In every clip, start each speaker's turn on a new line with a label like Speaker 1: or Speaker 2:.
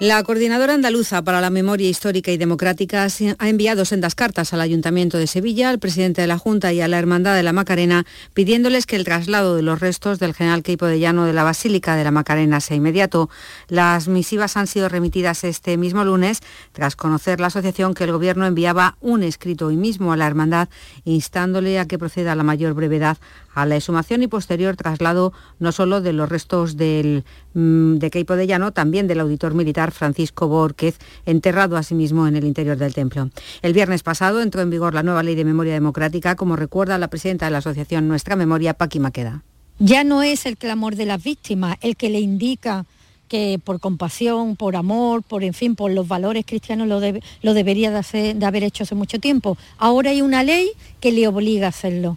Speaker 1: La Coordinadora Andaluza para la Memoria Histórica y Democrática ha enviado sendas cartas al Ayuntamiento de Sevilla, al presidente de la Junta y a la Hermandad de la Macarena, pidiéndoles que el traslado de los restos del general Queipo de Llano de la Basílica de la Macarena sea inmediato. Las misivas han sido remitidas este mismo lunes, tras conocer la asociación que el Gobierno enviaba un escrito hoy mismo a la Hermandad, instándole a que proceda a la mayor brevedad a la exhumación y posterior traslado no solo de los restos del, mm, de Queipo de Llano, también del auditor militar Francisco Borquez, enterrado asimismo sí en el interior del templo. El viernes pasado entró en vigor la nueva ley de memoria democrática, como recuerda la presidenta de la asociación Nuestra Memoria, Paqui Maqueda.
Speaker 2: Ya no es el clamor de las víctimas el que le indica que por compasión, por amor, por en fin, por los valores cristianos lo, de, lo debería de, hacer, de haber hecho hace mucho tiempo. Ahora hay una ley que le obliga a hacerlo.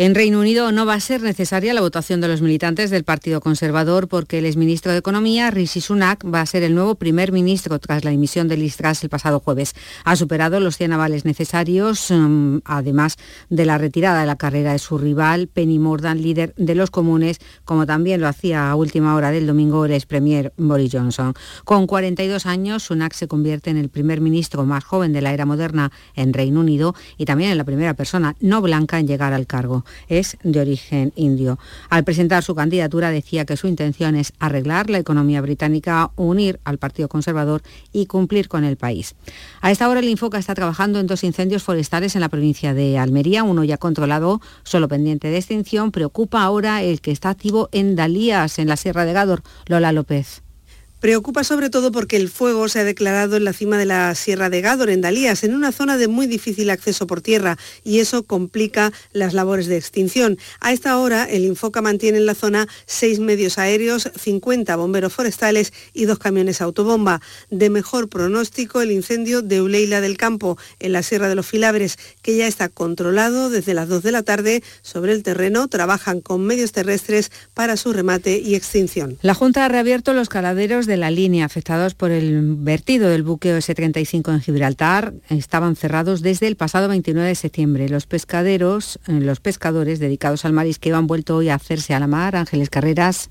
Speaker 1: En Reino Unido no va a ser necesaria la votación de los militantes del Partido Conservador porque el exministro de Economía, Rishi Sunak, va a ser el nuevo primer ministro tras la emisión de Listras el pasado jueves. Ha superado los 100 avales necesarios, mm, además de la retirada de la carrera de su rival, Penny Mordan, líder de los comunes, como también lo hacía a última hora del domingo el expremier Boris Johnson. Con 42 años, Sunak se convierte en el primer ministro más joven de la era moderna en Reino Unido y también en la primera persona no blanca en llegar al cargo es de origen indio. Al presentar su candidatura decía que su intención es arreglar la economía británica, unir al Partido Conservador y cumplir con el país. A esta hora el Infoca está trabajando en dos incendios forestales en la provincia de Almería, uno ya controlado, solo pendiente de extinción, preocupa ahora el que está activo en Dalías, en la Sierra de Gádor, Lola López.
Speaker 3: Preocupa sobre todo porque el fuego se ha declarado en la cima de la Sierra de Gádor, en Dalías, en una zona de muy difícil acceso por tierra, y eso complica las labores de extinción. A esta hora, el Infoca mantiene en la zona seis medios aéreos, 50 bomberos forestales y dos camiones autobomba. De mejor pronóstico, el incendio de Uleila del Campo, en la Sierra de los Filabres, que ya está controlado desde las 2 de la tarde sobre el terreno. Trabajan con medios terrestres para su remate y extinción.
Speaker 1: La Junta ha reabierto los caladeros de de la línea afectados por el vertido del buqueo S-35 en Gibraltar estaban cerrados desde el pasado 29 de septiembre. Los pescaderos, eh, los pescadores dedicados al marisqueo han vuelto hoy a hacerse a la mar. Ángeles Carreras.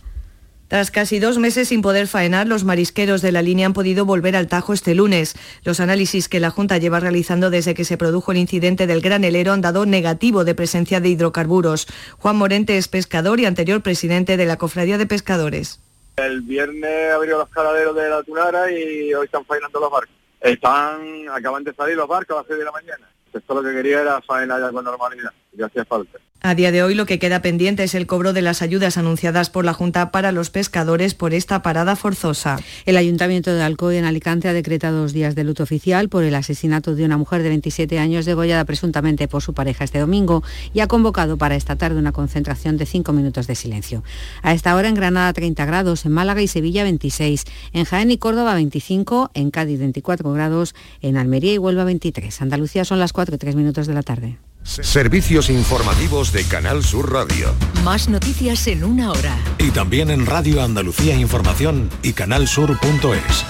Speaker 4: Tras casi dos meses sin poder faenar, los marisqueros de la línea han podido volver al Tajo este lunes. Los análisis que la Junta lleva realizando desde que se produjo el incidente del gran helero han dado negativo de presencia de hidrocarburos. Juan Morente es pescador y anterior presidente de la Cofradía de Pescadores.
Speaker 5: El viernes abrió los caladeros de la Tunara y hoy están faenando los barcos. Están, acaban de salir los barcos a las 6 de la mañana. Esto lo que quería era faenar ya con normalidad, ya hacía falta.
Speaker 4: A día de hoy lo que queda pendiente es el cobro de las ayudas anunciadas por la Junta para los pescadores por esta parada forzosa.
Speaker 1: El Ayuntamiento de Alcoy en Alicante ha decretado dos días de luto oficial por el asesinato de una mujer de 27 años degollada presuntamente por su pareja este domingo y ha convocado para esta tarde una concentración de cinco minutos de silencio. A esta hora en Granada 30 grados, en Málaga y Sevilla 26, en Jaén y Córdoba 25, en Cádiz 24 grados, en Almería y Huelva 23. Andalucía son las 4 y 3 minutos de la tarde.
Speaker 6: Servicios informativos de Canal Sur Radio.
Speaker 7: Más noticias en una hora.
Speaker 6: Y también en Radio Andalucía Información y canalsur.es.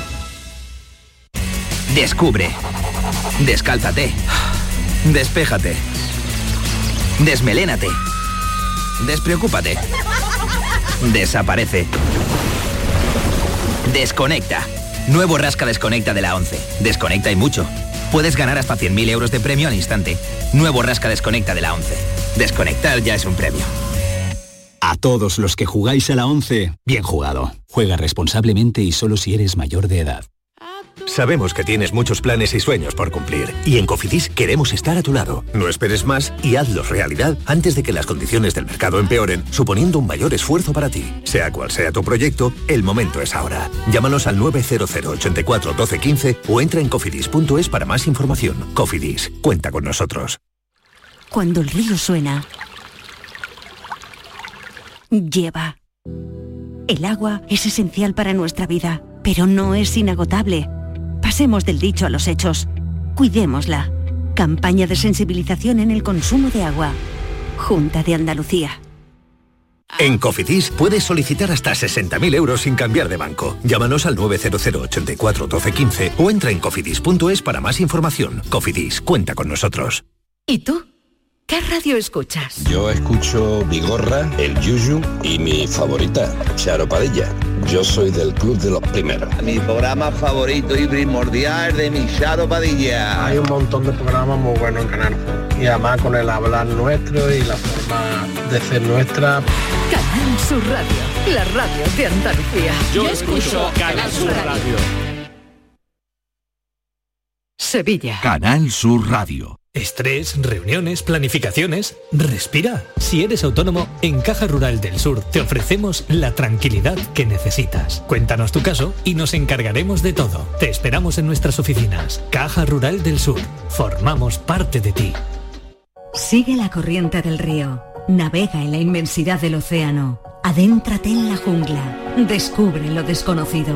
Speaker 8: Descubre. Descálzate. Despéjate. Desmelénate. Despreocúpate. Desaparece. Desconecta. Nuevo Rasca Desconecta de la 11. Desconecta y mucho puedes ganar hasta 100.000 euros de premio al instante. Nuevo Rasca Desconecta de la 11. Desconectar ya es un premio.
Speaker 9: A todos los que jugáis a la 11, bien jugado. Juega responsablemente y solo si eres mayor de edad.
Speaker 10: Sabemos que tienes muchos planes y sueños por cumplir y en Cofidis queremos estar a tu lado. No esperes más y hazlos realidad antes de que las condiciones del mercado empeoren, suponiendo un mayor esfuerzo para ti. Sea cual sea tu proyecto, el momento es ahora. Llámanos al 900 84 12 15 o entra en cofidis.es para más información. Cofidis, cuenta con nosotros.
Speaker 11: Cuando el río suena, lleva. El agua es esencial para nuestra vida, pero no es inagotable. Pasemos del dicho a los hechos. Cuidémosla. Campaña de sensibilización en el consumo de agua. Junta de Andalucía.
Speaker 10: En Cofidis puedes solicitar hasta 60.000 euros sin cambiar de banco. Llámanos al 900 84 12 15 o entra en cofidis.es para más información. Cofidis cuenta con nosotros.
Speaker 12: ¿Y tú?
Speaker 1: ¿Qué radio escuchas?
Speaker 13: Yo escucho Vigorra, El Yuyu y mi favorita, Charo Padilla. Yo soy del club de los primeros.
Speaker 14: Mi programa favorito y primordial de mi Charo Padilla.
Speaker 15: Hay un montón de programas muy buenos en Canal Sur. Y además con el hablar nuestro y la forma de ser nuestra.
Speaker 1: Canal Sur Radio, la radio de Andalucía.
Speaker 5: Yo, escucho Canal Sur Radio.
Speaker 1: Sevilla.
Speaker 16: Canal Sur Radio.
Speaker 10: Estrés, reuniones, planificaciones. Respira. Si eres autónomo, en Caja Rural del Sur te ofrecemos la tranquilidad que necesitas. Cuéntanos tu caso y nos encargaremos de todo. Te esperamos en nuestras oficinas. Caja Rural del Sur. Formamos parte de ti.
Speaker 2: Sigue la corriente del río. Navega en la inmensidad del océano. Adéntrate en la jungla. Descubre lo desconocido.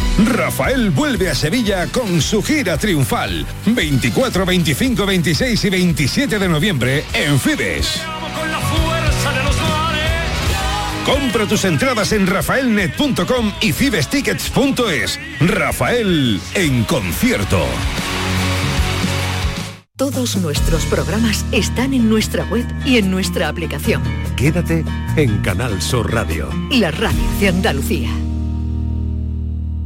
Speaker 17: Rafael vuelve a Sevilla con su gira triunfal. 24, 25, 26 y 27 de noviembre en Fibes. Compra tus entradas en rafaelnet.com y fibestickets.es. Rafael en concierto.
Speaker 1: Todos nuestros programas están en nuestra web y en nuestra aplicación.
Speaker 18: Quédate en Canal Sur Radio.
Speaker 1: La radio de Andalucía.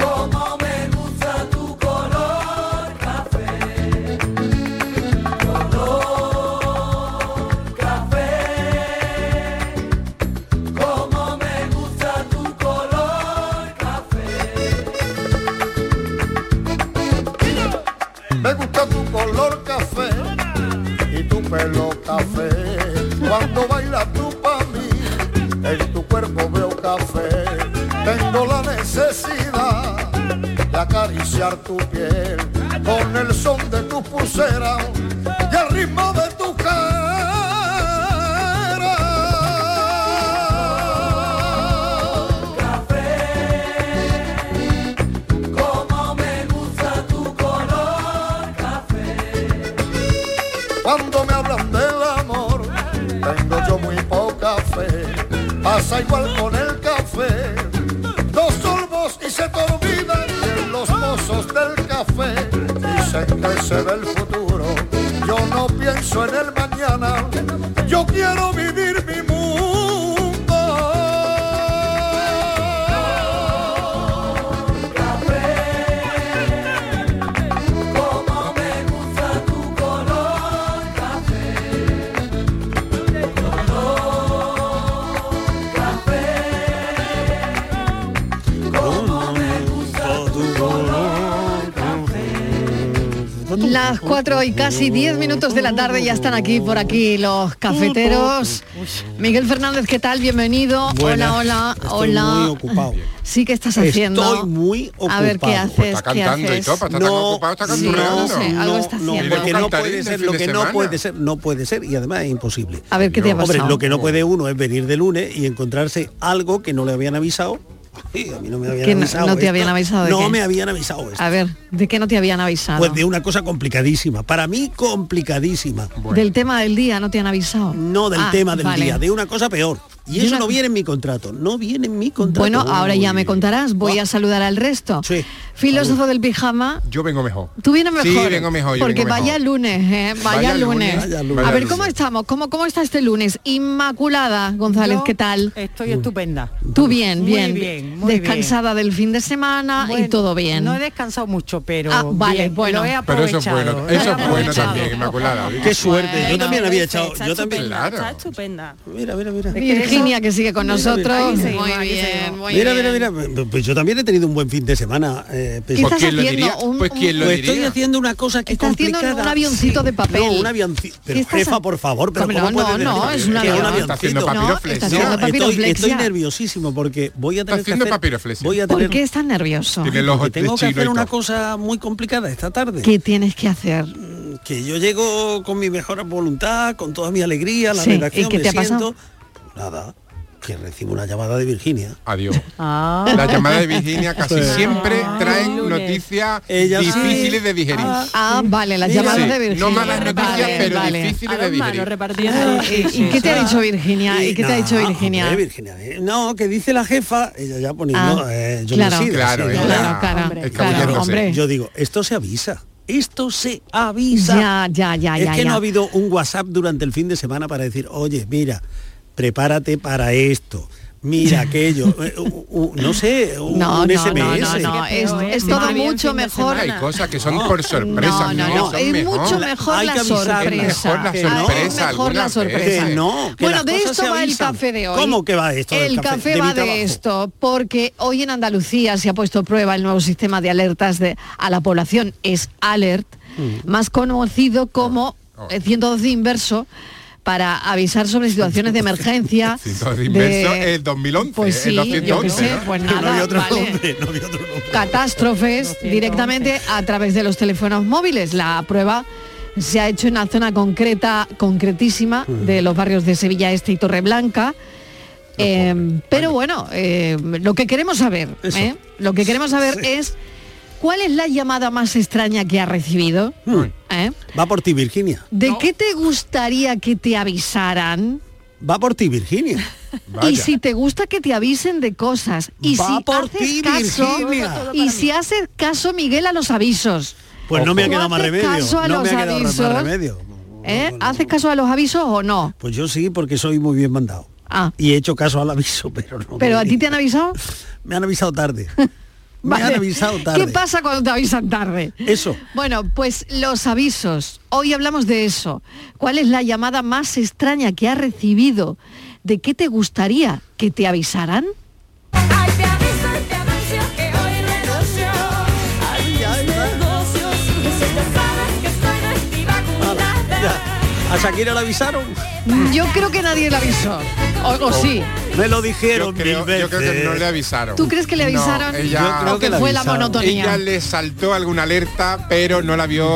Speaker 19: Como me gusta tu color café, color café. Como me gusta tu color café.
Speaker 20: Me gusta tu color café y tu pelo café. Cuando bailas tú pa' mí, en tu cuerpo veo café. Tengo la necesidad de acariciar tu piel con el son de tu pulsera y el ritmo de tu cara.
Speaker 19: Café, como me gusta tu color café.
Speaker 20: Cuando me hablan del amor, tengo yo muy poca fe. Pasa igual con el café. Dos sorbos y se te olvidan que los pozos del café. Dicen que se ve el futuro. Yo no pienso en el mañana. Yo quiero vivir mi mundo.
Speaker 19: Como me gusta tu color café, color café, como me gusta tu color
Speaker 21: Las 4 y casi 10 minutos de la tarde ya están aquí por aquí los cafeteros. Miguel Fernández, ¿qué tal? Bienvenido.
Speaker 22: Buenas.
Speaker 21: Hola, hola,
Speaker 22: Estoy
Speaker 21: hola.
Speaker 22: muy ocupado.
Speaker 21: Sí, ¿qué estás haciendo?
Speaker 22: Estoy muy ocupado.
Speaker 21: A ver qué haces.
Speaker 22: Pues está
Speaker 21: ¿Qué
Speaker 22: cantando y
Speaker 21: haces?
Speaker 22: todo, para estar tan No, ocupado, está
Speaker 21: Sí,
Speaker 22: canturreando.
Speaker 21: no sé, algo
Speaker 22: No,
Speaker 21: está
Speaker 22: no,
Speaker 21: haciendo.
Speaker 22: lo que no puede Cantarín ser, de lo fin que de no semana. puede ser, no puede ser y además es imposible.
Speaker 21: A ver, ¿qué te ha
Speaker 22: Hombre,
Speaker 21: pasado?
Speaker 22: lo que no puede uno es venir de lunes y encontrarse algo que no le habían avisado. Sí, a mí no me habían
Speaker 21: ¿Que no,
Speaker 22: avisado.
Speaker 21: no te
Speaker 22: esto.
Speaker 21: habían avisado de
Speaker 22: No
Speaker 21: qué?
Speaker 22: me habían avisado esto.
Speaker 21: A ver, ¿de qué no te habían avisado?
Speaker 22: Pues de una cosa complicadísima, para mí complicadísima.
Speaker 21: Del tema del día no te han avisado.
Speaker 22: No del
Speaker 21: Ah,
Speaker 22: tema del
Speaker 21: vale.
Speaker 22: día, de una cosa peor. Y
Speaker 21: De
Speaker 22: eso
Speaker 21: una-
Speaker 22: no viene en mi contrato, no viene en mi contrato.
Speaker 21: Bueno, ahora ya me contarás, voy a saludar al resto. Filósofo del pijama,
Speaker 23: Yo vengo mejor.
Speaker 21: tú vienes mejor.
Speaker 23: Sí, vengo mejor, yo
Speaker 21: porque
Speaker 23: vengo
Speaker 21: vaya
Speaker 23: mejor.
Speaker 21: lunes, ¿eh? vaya,
Speaker 23: Vaya
Speaker 21: lunes.
Speaker 23: lunes, vaya lunes.
Speaker 21: A ver,
Speaker 23: Vaya
Speaker 21: ¿cómo estamos? ¿Cómo, ¿Cómo está este lunes? Inmaculada González,
Speaker 24: Yo
Speaker 21: ¿qué tal?
Speaker 24: Estoy estupenda.
Speaker 21: Tú bien,
Speaker 24: Muy
Speaker 21: bien.
Speaker 24: bien, muy
Speaker 21: Descansada del fin de semana y
Speaker 24: Bueno,
Speaker 21: todo bien.
Speaker 24: No he descansado mucho, pero
Speaker 21: Ah, vale,
Speaker 24: bien,
Speaker 21: bueno.
Speaker 24: lo he
Speaker 23: Pero eso es
Speaker 24: aprovechado,
Speaker 23: bueno,
Speaker 24: lo he
Speaker 23: eso es bueno
Speaker 24: aprovechado.
Speaker 23: también, Inmaculada.
Speaker 22: Qué suerte, yo también había echado,
Speaker 25: Está
Speaker 22: yo también.
Speaker 25: estupenda,
Speaker 22: Claro.
Speaker 25: está estupenda.
Speaker 22: Mira, mira, mira.
Speaker 25: Es que eres
Speaker 21: Virginia que sigue con
Speaker 22: Mira,
Speaker 21: nosotros.
Speaker 22: Virginia.
Speaker 21: Muy bien, muy
Speaker 22: mira,
Speaker 21: bien.
Speaker 22: mira, mira, pues- pues yo también he tenido un buen fin de semana. eh,
Speaker 21: ¿Qué estás Pues quién lo haciendo? diría, Un- pues quién lo
Speaker 22: Pues estoy
Speaker 21: diría.
Speaker 22: haciendo una cosa que
Speaker 21: Está haciendo
Speaker 22: complicada.
Speaker 21: un avioncito de papel.
Speaker 22: No, un avioncito. Pero
Speaker 21: ¿Qué estás
Speaker 22: jefa,
Speaker 21: ha-
Speaker 22: por favor, pero
Speaker 21: Hombre,
Speaker 22: ¿cómo
Speaker 21: no,
Speaker 22: puedes
Speaker 21: no,
Speaker 22: decir
Speaker 21: no, es un
Speaker 22: que
Speaker 21: avión.
Speaker 22: avioncito?
Speaker 21: Está haciendo papiroflexia. No, está haciendo
Speaker 22: estoy-
Speaker 21: papiroflexia.
Speaker 22: Estoy nerviosísimo porque voy a tener
Speaker 21: haciendo
Speaker 22: que hacer, voy a
Speaker 21: ¿Por
Speaker 22: tener
Speaker 21: qué estás nervioso?
Speaker 22: Porque tengo que hacer una cosa muy complicada esta tarde. Mm,
Speaker 21: ¿Qué tienes que hacer?
Speaker 22: que yo llego con mi mejor voluntad, con toda mi alegría, la
Speaker 21: Sí, ¿y
Speaker 22: redacción,
Speaker 21: qué
Speaker 22: me
Speaker 21: te ha pasado?
Speaker 22: siento. Nada, que recibo una llamada de Virginia.
Speaker 23: Adiós.
Speaker 22: Ah.
Speaker 21: Ah.
Speaker 23: La llamada de Virginia casi siempre traen noticias difíciles de digerir.
Speaker 21: Ah, vale, las
Speaker 23: Sí,
Speaker 21: llamadas
Speaker 23: sí.
Speaker 21: de Virginia.
Speaker 23: No malas noticias,
Speaker 21: Vale,
Speaker 23: pero
Speaker 21: vale.
Speaker 23: difíciles de digerir.
Speaker 22: repartiendo.
Speaker 21: Ah, ¿Y, y qué te ha dicho Virginia? ¿Y qué te ha dicho Virginia?
Speaker 22: Ah, Hombre, Virginia, eh, no, que dice la jefa, ella ya poniendo,
Speaker 21: Ah,
Speaker 22: eh, yo
Speaker 21: claro.
Speaker 22: me decido,
Speaker 21: Claro,
Speaker 22: sí,
Speaker 21: ella
Speaker 22: ya.
Speaker 21: Claro, claro, Hombre. claro, hombre.
Speaker 22: Yo digo, esto se avisa. Esto se avisa.
Speaker 21: Ya, ya, ya,
Speaker 22: es
Speaker 21: ya.
Speaker 22: que
Speaker 21: ya.
Speaker 22: no ha habido un WhatsApp durante el fin de semana para decir, oye, mira, prepárate para esto. Mira aquello, eh, u- u- no sé, un,
Speaker 21: No,
Speaker 22: un
Speaker 21: no,
Speaker 22: SMS.
Speaker 21: no, no, no, es, es todo mucho mejor.
Speaker 23: Hay cosas que son por sorpresa.
Speaker 21: No, no, no,
Speaker 23: son
Speaker 21: es
Speaker 23: mejor.
Speaker 21: mucho mejor la sorpresa.
Speaker 23: Mejor la
Speaker 21: Que no.
Speaker 23: sorpresa.
Speaker 21: Es mejor la
Speaker 23: algunas
Speaker 21: sorpresa.
Speaker 23: veces.
Speaker 22: Que no, que
Speaker 21: bueno,
Speaker 22: las
Speaker 21: de
Speaker 22: cosas
Speaker 21: esto
Speaker 22: se
Speaker 21: va el
Speaker 22: avisan.
Speaker 21: café de hoy.
Speaker 22: ¿Cómo que va esto del
Speaker 21: El
Speaker 22: café?
Speaker 21: café,
Speaker 22: De mi
Speaker 21: va
Speaker 22: trabajo.
Speaker 21: de esto, porque hoy en Andalucía se ha puesto a prueba el nuevo sistema de alertas de, a la población, es Alert,
Speaker 22: Hmm.
Speaker 26: Mm.
Speaker 21: más conocido como
Speaker 23: Ah, oh.
Speaker 21: eh, 112 inverso, para avisar sobre situaciones de emergencia.
Speaker 23: Entonces, inverso
Speaker 21: de-
Speaker 23: es 2011,
Speaker 21: Pues
Speaker 23: es
Speaker 21: sí, yo qué
Speaker 23: 211,
Speaker 21: sé,
Speaker 23: ¿no?
Speaker 21: pues nada, No había otro vale. catástrofes directamente a través de los teléfonos móviles. La prueba se ha hecho en una zona concreta, concretísima, de los barrios de Sevilla Este y Torreblanca. Eh, pero bueno, eh, lo que queremos saber, ¿eh? lo que queremos saber es cuál es la llamada más extraña que ha recibido. ¿Eh?
Speaker 22: Mm. Va por ti, Virginia.
Speaker 21: ¿De qué te gustaría que te avisaran?
Speaker 22: Va por ti, Virginia.
Speaker 21: Y si te gusta que te avisen de cosas. Y
Speaker 22: Va
Speaker 21: si
Speaker 22: por
Speaker 21: haces
Speaker 22: ti,
Speaker 21: caso,
Speaker 22: Virginia.
Speaker 21: y si haces caso, Miguel, a los avisos.
Speaker 22: Pues no me ha
Speaker 21: ¿Tú
Speaker 22: quedado más
Speaker 21: haces
Speaker 22: remedio.
Speaker 21: caso a
Speaker 22: no
Speaker 21: los
Speaker 22: me ha quedado
Speaker 21: avisos?
Speaker 22: más remedio.
Speaker 21: ¿Eh? ¿Haces caso a los avisos o no?
Speaker 22: Pues yo sí, porque soy muy bien mandado.
Speaker 21: Ah.
Speaker 22: Y he hecho caso al aviso, pero no.
Speaker 21: ¿Pero
Speaker 22: me,
Speaker 21: a ti te han avisado?
Speaker 22: me han avisado tarde. me han
Speaker 21: Vale.
Speaker 22: avisado tarde.
Speaker 21: ¿Qué pasa cuando te avisan tarde?
Speaker 22: Eso.
Speaker 21: Bueno, pues los avisos. Hoy hablamos de eso. ¿Cuál es la llamada más extraña que has recibido? ¿De qué te gustaría que te avisaran?
Speaker 22: Ya. A Shakira la avisaron.
Speaker 21: Yo creo que nadie le avisó. O, o sí.
Speaker 22: Me lo dijeron
Speaker 23: yo creo,
Speaker 22: mil veces.
Speaker 23: yo creo que no le avisaron.
Speaker 21: ¿Tú crees que le
Speaker 23: No,
Speaker 21: avisaron?
Speaker 23: ella-
Speaker 21: Eh, Yo creo O que que le fue la avisaron. monotonía.
Speaker 23: Ella le saltó alguna alerta, pero no la vio